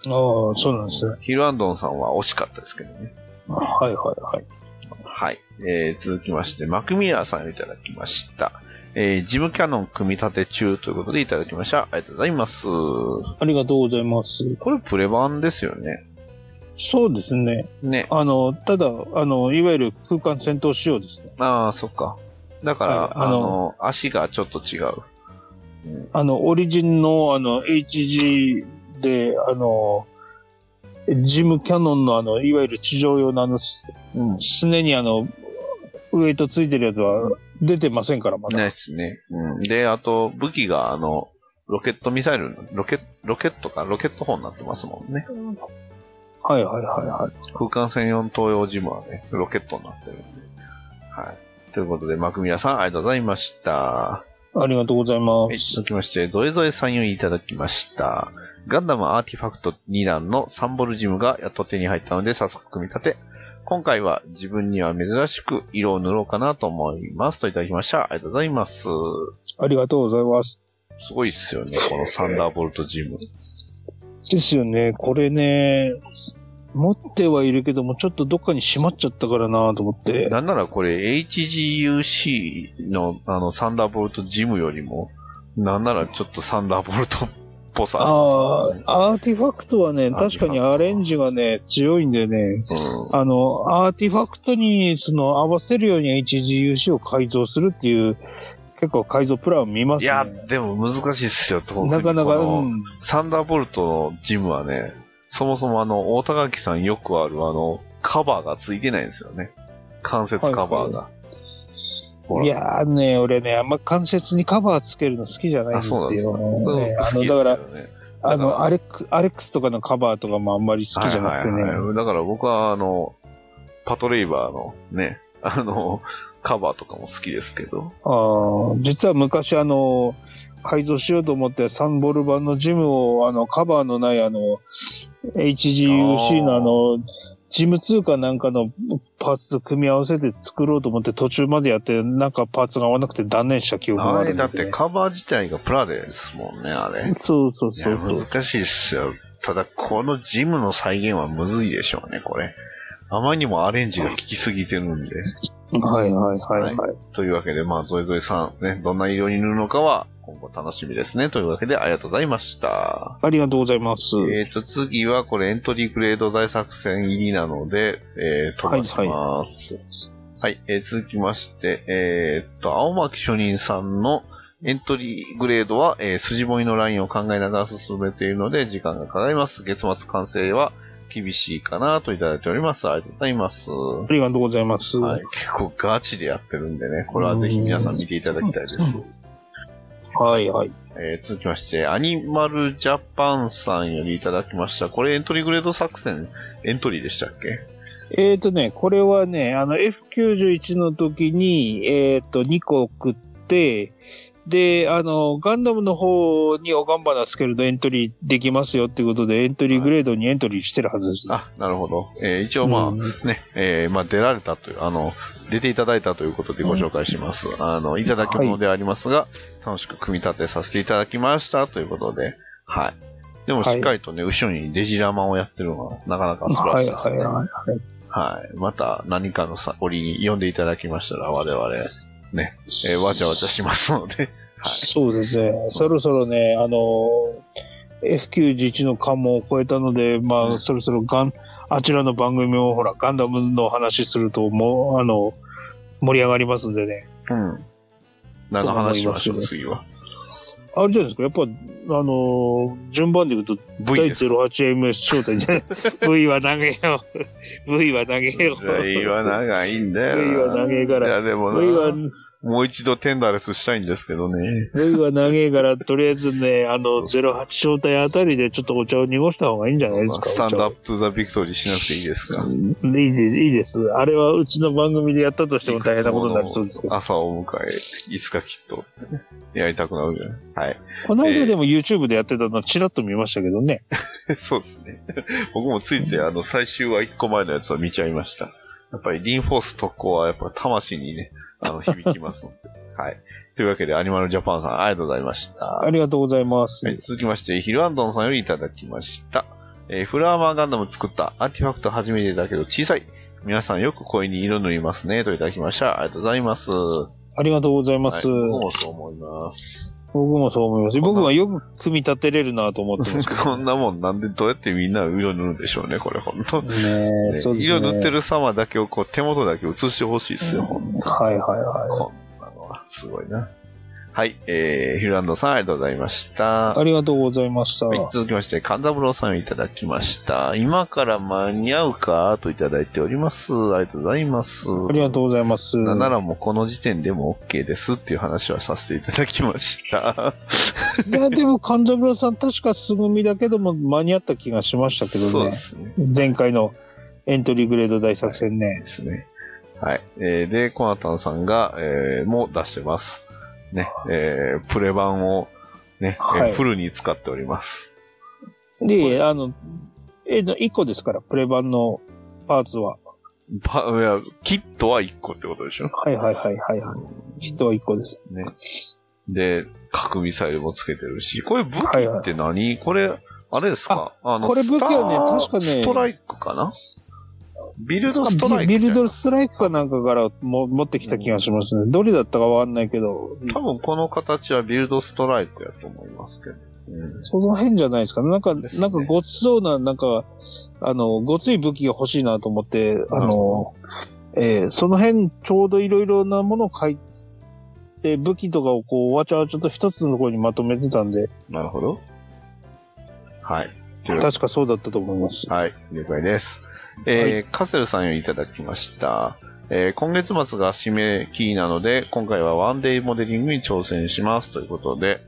[SPEAKER 3] あ、そうなんですね。
[SPEAKER 2] ヒルアンドンさんは惜しかったですけどね。
[SPEAKER 3] はいはいはい。
[SPEAKER 2] はい。えー続きまして、マクミラーさんをいただきました。えージムキャノン組み立て中ということでいただきました。ありがとうございます。
[SPEAKER 3] ありがとうございます。
[SPEAKER 2] これプレ版ですよね。
[SPEAKER 3] そうですね。
[SPEAKER 2] ね。
[SPEAKER 3] あの、ただ、あの、いわゆる空間戦闘仕様ですね。
[SPEAKER 2] ああ、そっか。だから、
[SPEAKER 3] はい
[SPEAKER 2] あ
[SPEAKER 3] あの
[SPEAKER 2] の、足がちょっと違う。
[SPEAKER 3] あの、オリジンの、あの、HG で、あの、ジムキャノンの、あの、いわゆる地上用の、あの、す
[SPEAKER 2] うん。
[SPEAKER 3] すねに、あの、ウエイトついてるやつは出てませんから、まだ。
[SPEAKER 2] ないですね。うん。で、あと、武器が、あの、ロケットミサイル、ロケ、ロケットか、ロケット砲になってますもんね。
[SPEAKER 3] はいはいはいはい。
[SPEAKER 2] 空間専用の東洋ジムはね、ロケットになってるんで。はい。ということで、マクミラさん、ありがとうございました。
[SPEAKER 3] ありがとうございま
[SPEAKER 2] はい、
[SPEAKER 3] す
[SPEAKER 2] 続。きまして、ゾエゾエさんよりいただきました。ガンダムアーティファクト2弾のサンボルジムがやっと手に入ったので、早速組み立て。今回は自分には珍しく色を塗ろうかなと思います。といただきました。ありがとうございます。
[SPEAKER 3] ありがとうございます。
[SPEAKER 2] すごいっすよね、このサンダーボルトジム。
[SPEAKER 3] ですよね、これね、持ってはいるけども、ちょっとどっかにしまっちゃったからなと思って。
[SPEAKER 2] なんならこれ HGUC のあのサンダーボルトジムよりも、なんならちょっとサンダーボルトっぽさ
[SPEAKER 3] あ
[SPEAKER 2] ありますよね
[SPEAKER 3] あ、アーティファクトはね、
[SPEAKER 2] アーティファク
[SPEAKER 3] 確
[SPEAKER 2] ト
[SPEAKER 3] かにアレンジがね、強いんだよね。
[SPEAKER 2] うん
[SPEAKER 3] あの、アーティファクトに、その、合わせるように HGUC を改造するっていう、結構改造プランを見ま
[SPEAKER 2] い
[SPEAKER 3] す
[SPEAKER 2] や、
[SPEAKER 3] ね。
[SPEAKER 2] でも難しいっすよ、特に
[SPEAKER 3] なかなか、
[SPEAKER 2] この
[SPEAKER 3] うん。
[SPEAKER 2] サンダーボルトのジムはね、そもそもあの、大高垣さんよくあるあの、カバーがついてないんですよね。関節カバーが。ほら
[SPEAKER 3] いやーね、俺ね、あんま関節にカバーつけるの好きじゃないんです
[SPEAKER 2] あ
[SPEAKER 3] よ。
[SPEAKER 2] それ
[SPEAKER 3] ね
[SPEAKER 2] 好
[SPEAKER 3] あ
[SPEAKER 2] き
[SPEAKER 3] の、
[SPEAKER 2] です
[SPEAKER 3] だ
[SPEAKER 2] よ
[SPEAKER 3] から、
[SPEAKER 2] ねだ
[SPEAKER 3] あ
[SPEAKER 2] から
[SPEAKER 3] の、アレックス、アレックスとかのカバーとかもあんまり好きじゃなくてね。
[SPEAKER 2] はいはいはいだから僕はあの、パトレイバーのね、あの、カバーとかも好きですけど。
[SPEAKER 3] ああ、実は昔あの、改造しようと思ってサンボル版のジムをあの、カバーのないあの、HGUC の
[SPEAKER 2] あー
[SPEAKER 3] あの、ジム通貨なんかのパーツと組み合わせて作ろうと思って途中までやってなんかパーツが合わなくて断念した記憶が
[SPEAKER 2] あ
[SPEAKER 3] あ
[SPEAKER 2] れ
[SPEAKER 3] るん
[SPEAKER 2] だ
[SPEAKER 3] だ
[SPEAKER 2] っ
[SPEAKER 3] けど
[SPEAKER 2] て
[SPEAKER 3] ね
[SPEAKER 2] カバー自体がプラデですもんね、あれ。
[SPEAKER 3] そうそうそう
[SPEAKER 2] い
[SPEAKER 3] そ
[SPEAKER 2] や
[SPEAKER 3] う。
[SPEAKER 2] 難しいっすよ。ただ、このジムの再現はむずいでしょうね、これ。あまりにもアレンジが効きすぎてるんで。
[SPEAKER 3] はいはいはいはい。
[SPEAKER 2] というわけで、まあ、ゾイゾイさん、ね、どんな色に塗るのかは、今後楽しみですね。というわけで、ありがとうございました。
[SPEAKER 3] ありがとうございます。
[SPEAKER 2] えっ、と、次は、これ、エントリーグレード大作戦入りなので、えー、飛ばします。はい、えー続きまして、えー、と、青巻主任さんのエントリーグレードは、えー筋彫りのラインを考えながら進めているので、時間がかかります。月末完成は厳しいかなといただいております。ありがとうございます。
[SPEAKER 3] ありがとうございます。
[SPEAKER 2] は
[SPEAKER 3] はい
[SPEAKER 2] い、結構ガチでやってるんでね、これはぜひ皆さん見ていただきたいです。
[SPEAKER 3] はい。
[SPEAKER 2] えー続きまして、アニマルジャパンさんよりいただきました。これエントリーグレード作戦、エントリーでしたっけ
[SPEAKER 3] えーとね、これはね、あの F91 の時に、えーと、2個送って、で、あの、ガンダムの方にオガンバナスケルのエントリーできますよっていうことで、エントリーグレードにエントリーしてるはずです。
[SPEAKER 2] あ、なるほど。えー一応まあ、
[SPEAKER 3] うん
[SPEAKER 2] ね、えーまあ出られたという、あの、出ていただいたということでご紹介します。あの、いただき物ではありますが、楽しく組み立てさせていただきましたということで、はい。でもしっかりとね、後ろにデジラマをやってるのが、なかなか素晴ら
[SPEAKER 3] は
[SPEAKER 2] しい
[SPEAKER 3] い
[SPEAKER 2] です
[SPEAKER 3] は
[SPEAKER 2] ね。
[SPEAKER 3] いはい。
[SPEAKER 2] はい。また何かのさ折に呼んでいただきましたら、我々、ね、えーわちゃわちゃしますので、
[SPEAKER 3] そうですね。そろそろね、あの、F91 の関門を超えたので、まあ、そろそろガン、あちらの番組もほら、ガンダムの話すると、もう、あの、盛り上がりますんでね。
[SPEAKER 2] うん。何の話しましょう、
[SPEAKER 3] と
[SPEAKER 2] 次は。
[SPEAKER 3] あれじゃないですか、やっぱ、あのー順番で言うと、
[SPEAKER 2] V
[SPEAKER 3] 第
[SPEAKER 2] です。
[SPEAKER 3] 08MS 招待じゃ
[SPEAKER 2] [laughs]
[SPEAKER 3] ない。V は投げよう。V は投げよう。
[SPEAKER 2] V は長いんだよな。
[SPEAKER 3] V は長いから
[SPEAKER 2] いや、でも
[SPEAKER 3] V は
[SPEAKER 2] な、、もう一度テンダーレスしたいんですけどね。
[SPEAKER 3] V は長いから、とりあえずね、あの、
[SPEAKER 2] そ
[SPEAKER 3] 08招待あたりでちょっとお茶を濁した方がいいんじゃないですか。
[SPEAKER 2] スタンドアッ
[SPEAKER 3] プ。
[SPEAKER 2] プトゥザビクトリーしなくていいですか。
[SPEAKER 3] いいでいいです。あれはうちの番組でやったとしても大変なことになりそうですけど。
[SPEAKER 2] 朝を迎え、いつかきっと、やりたくなるじゃない。はい。
[SPEAKER 3] この間でも YouTube でやってたのちらっと見ましたけどね。
[SPEAKER 2] [laughs] そうですね。僕もついついあの最終は1個前のやつを見ちゃいました。やっぱりリンフォース特攻はやっぱ魂にね、あの響きますの [laughs] で。はい。というわけでアニマルジャパンさんありがとうございました。
[SPEAKER 3] ありがとうございます。
[SPEAKER 2] はい続きまして、ヒルアンドンさんよりいただきました。えーフラーマーガンダム作ったアーティファクト初めてだけど小さい。皆さんよく声に色塗りますね。といただきました。ありがとうございます。
[SPEAKER 3] ありがとうございます。
[SPEAKER 2] はい、僕もそう思います。 [laughs]
[SPEAKER 3] 僕もそう思います。僕はよく組み立てれるなと思ってますけ
[SPEAKER 2] こ
[SPEAKER 3] ど。
[SPEAKER 2] んなもんなんでどうやってみんな色塗るんでしょうね、これほんと。
[SPEAKER 3] ねえ、そうですね。
[SPEAKER 2] 色塗ってる様だけをこう手元だけ映してほしいですよ、ほんと
[SPEAKER 3] はいはいは
[SPEAKER 2] あのすごいな。はい、えー、ヒルランドさんありがとうございました。
[SPEAKER 3] ありがとうございました。
[SPEAKER 2] はい、続きまして、勘三郎さんをいただきました。今から間に合うかといただいております。ありがとうございます。
[SPEAKER 3] ありがとうございます。
[SPEAKER 2] なんならもうこの時点でも OK ですっていう話はさせていただきました。
[SPEAKER 3] いや、でも、勘三郎さん、確か素組だけども間に合った気がしましたけど
[SPEAKER 2] そう
[SPEAKER 3] ね
[SPEAKER 2] で。すね。
[SPEAKER 3] 前回のエントリーグレード大作戦ね。
[SPEAKER 2] ですね。はい。えーで、コナタンさんが、えーもう出してます。ね、えープレ版を、ね、えー
[SPEAKER 3] はい
[SPEAKER 2] フルに使っております。
[SPEAKER 3] で、あの、えーと、1個ですから、プレ版のパーツは。
[SPEAKER 2] ばいやキットは1個ってことでしょ
[SPEAKER 3] はいはいはいはいはい。ヒットは1個です。
[SPEAKER 2] ね。で、核ミサイルもつけてるし、これ武器
[SPEAKER 3] はいは
[SPEAKER 2] って何、これ、あれですかあの
[SPEAKER 3] これ武器はね
[SPEAKER 2] スター
[SPEAKER 3] 確かね
[SPEAKER 2] ストライクかなビルドストライ
[SPEAKER 3] い。
[SPEAKER 2] ク。
[SPEAKER 3] ビビルドストライクかなんかからも持ってきた気がしますね。どれだったかわかんないけど、
[SPEAKER 2] 多分この形はビルドストライクやと思いますけど。うん
[SPEAKER 3] その辺じゃないですかね。なんか、
[SPEAKER 2] ですね
[SPEAKER 3] なんかごつそうな、なんか、あの、ごつい武器が欲しいなと思って、あ
[SPEAKER 2] なる
[SPEAKER 3] の
[SPEAKER 2] ほ、
[SPEAKER 3] えーその辺ちょうどいろいろなものを書いて、武器とかをこう、わちゃわちゃと一つのところにまとめてたんで、
[SPEAKER 2] なるほど。はい。という
[SPEAKER 3] 確かそうだったと思います。
[SPEAKER 2] はい、了解です。えーカセルさんよりいただきました。えー今月末が締め切りなので、今回はワンデイモデリングに挑戦しますということで、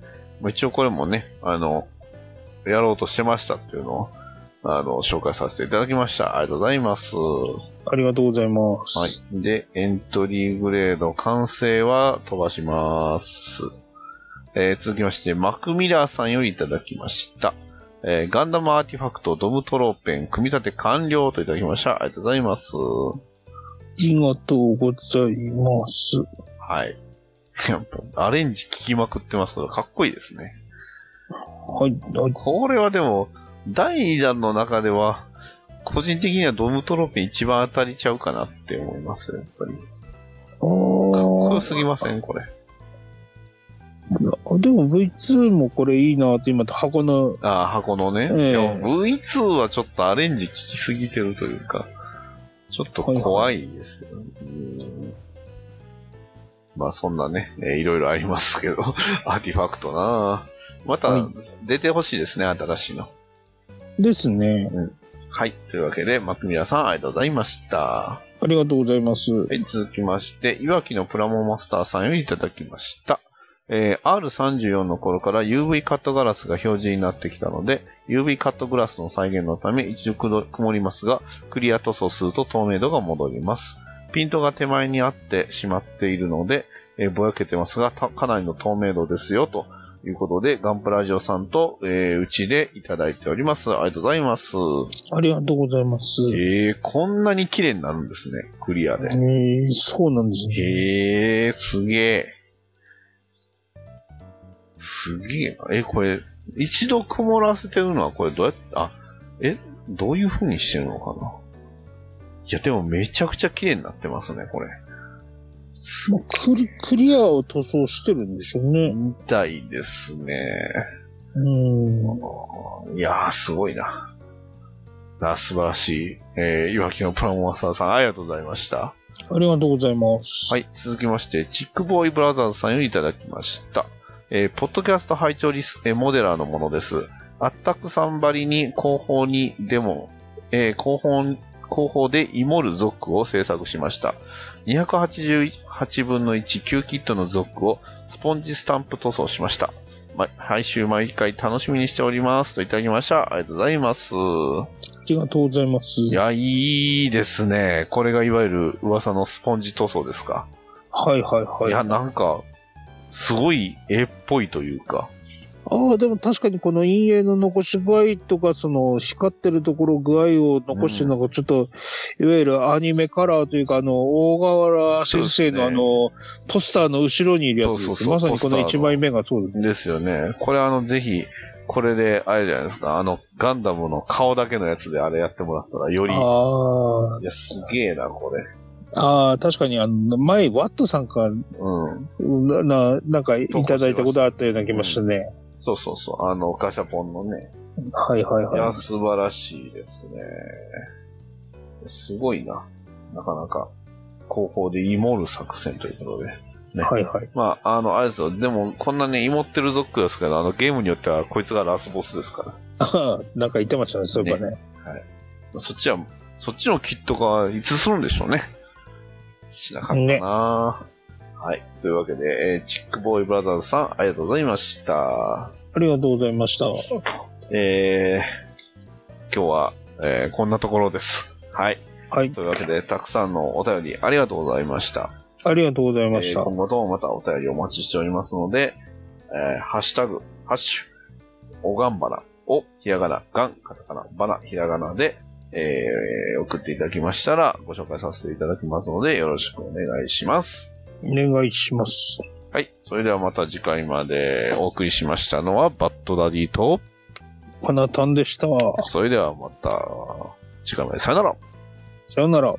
[SPEAKER 2] まあ一応これもね、あの、やろうとしてましたっていうのを、あの、紹介させていただきました。ありがとうございます。は
[SPEAKER 3] ありがとうございます。
[SPEAKER 2] い。で、エントリーグレード完成は飛ばします。えー続きまして、マクミラーさんよりいただきました。えーガンダムアーティファクト、ドムトローペン、組み立て完了といただきました。ありがとうございます。は
[SPEAKER 3] ありがとうございます。
[SPEAKER 2] い。 [laughs] やっぱ、アレンジ聞きまくってますけど、かっこいいですね。
[SPEAKER 3] はい、はい
[SPEAKER 2] これはでも、第2弾の中では、個人的にはドムトローペン一番当たりちゃうかなって思いますよ、やっぱり。かっこよ
[SPEAKER 3] あ
[SPEAKER 2] すぎません、これ。
[SPEAKER 3] ーでも V2 もこれいいなって今、箱の、
[SPEAKER 2] ああ、箱のね。
[SPEAKER 3] ええ
[SPEAKER 2] でも V2 はちょっとアレンジ効きすぎてるというか、ちょっと怖いですよ、うんまあそんなね、えーいろいろありますけど、 [laughs] アーティファクトなあま
[SPEAKER 3] は
[SPEAKER 2] た出てほしいですね、新しいの。
[SPEAKER 3] ですね。
[SPEAKER 2] はい。というわけで、マクミラさん、ありがとうございました。
[SPEAKER 3] ありがとうございます。
[SPEAKER 2] はい、続きまして、いわきのプラモマスターさんよりいただきました。えー R34 の頃から UV カットガラスが表示になってきたので、UV カットグラスの再現のため一度曇りますが、クリア塗装すると透明度が戻ります。ピントが手前にあってしまっているので、えーぼやけてますが、たかなりの透明度ですよ、ということで、ガンプラジオさんと、えーうちでいただいております。ありがとうございます。
[SPEAKER 3] ありがとうございます。
[SPEAKER 2] えー、こんなに綺麗になるんですね、クリアで。
[SPEAKER 3] えーそうなんですね。
[SPEAKER 2] へえ、すげえ。すげえな。え、これ、一度曇らせてるのは、これどうやって、あ、え、どういう風にしてるのかな。いや、でもめちゃくちゃ綺麗になってますね、これ。す
[SPEAKER 3] まあクリクリアを塗装してるんでしょうね。
[SPEAKER 2] みたいですね。
[SPEAKER 3] うん。
[SPEAKER 2] いやー、すごいな。あ素晴らしい。えー、いわきのプラモマスターさん、ありがとうございました。
[SPEAKER 3] ありがとうございます。
[SPEAKER 2] はい、続きまして、チックボーイブラザーズさんよりいただきました。えーポッドキャスト拝聴リス、えーモデラーのものです。あったくさんばりに後方にデモ、えー後方、後方でイモルゾックを制作しました。288分の1、旧キットのゾックをスポンジスタンプ塗装しました。ま、配信毎回楽しみにしております。といただきました。ありがとうございます。
[SPEAKER 3] ありがとうございます。
[SPEAKER 2] いや、いいですね。これがいわゆる噂のスポンジ塗装ですか。
[SPEAKER 3] はいはいはいい。
[SPEAKER 2] や、
[SPEAKER 3] あ
[SPEAKER 2] なんか、すごい絵っぽいというか。
[SPEAKER 3] あー、でも確かにこの陰影の残し具合とか、その光ってるところ具合を残してるのが、ちょっと、いわゆるアニメカラーというか、あの、大河原先生の
[SPEAKER 2] そ
[SPEAKER 3] あ
[SPEAKER 2] うですね
[SPEAKER 3] の、ポスターの後ろにいるやつですね
[SPEAKER 2] そうそうそう
[SPEAKER 3] まさにこの
[SPEAKER 2] ポスター
[SPEAKER 3] 1
[SPEAKER 2] の
[SPEAKER 3] 枚目がそうですね。
[SPEAKER 2] ですよね。これあの、ぜひ、これで、あれじゃないですか、あの、ガンダムの顔だけのやつであれやってもらったら、より、い
[SPEAKER 3] あ
[SPEAKER 2] や、すげえな、これ。
[SPEAKER 3] あ、ああ、確かにあの、前、ワットさんから
[SPEAKER 2] うん。
[SPEAKER 3] な、ななんかいただいたことあったような気もしたね。
[SPEAKER 2] そうそうそう、あの、ガシャポンのね。
[SPEAKER 3] はいはい
[SPEAKER 2] いや、
[SPEAKER 3] は
[SPEAKER 2] 素晴らしいですね。すごいな。なかなか、後方でイモール作戦ということで。ね
[SPEAKER 3] はいはい。 [laughs]
[SPEAKER 2] まあ、あの、あれですよ。でも、こんなに芋ってるぞっくですけど、あの、ゲームによっては、こいつがラスボスですから。
[SPEAKER 3] ああ、なんか言ってましたね、そういえばね。
[SPEAKER 2] そっちは、そっちのキットがいつするんでしょうね。しなかったな、はい。というわけで、えーチックボーイブラザーズさん、ありがとうございました。
[SPEAKER 3] ありがとうございました。
[SPEAKER 2] えー、今日は、えーこんなところです。はい。
[SPEAKER 3] はい
[SPEAKER 2] というわけで、たくさんのお便りありがとうございました。
[SPEAKER 3] ありがとうございました。
[SPEAKER 2] えー今後ともまたお便りお待ちしておりますので、えーハッシュタグ、ハッシュ、おがんばな、お、ひらがな、がん、カタカナ、ばな、ひらがなで、えー送っていただきましたら、ご紹介させていただきますので、よろしくお願いします。
[SPEAKER 3] お願いします。
[SPEAKER 2] はい。それではまた次回までお送りしましたのは、バッドダディと、
[SPEAKER 3] かなたんでした。
[SPEAKER 2] それではまた、次回までさよなら。
[SPEAKER 3] さよなら。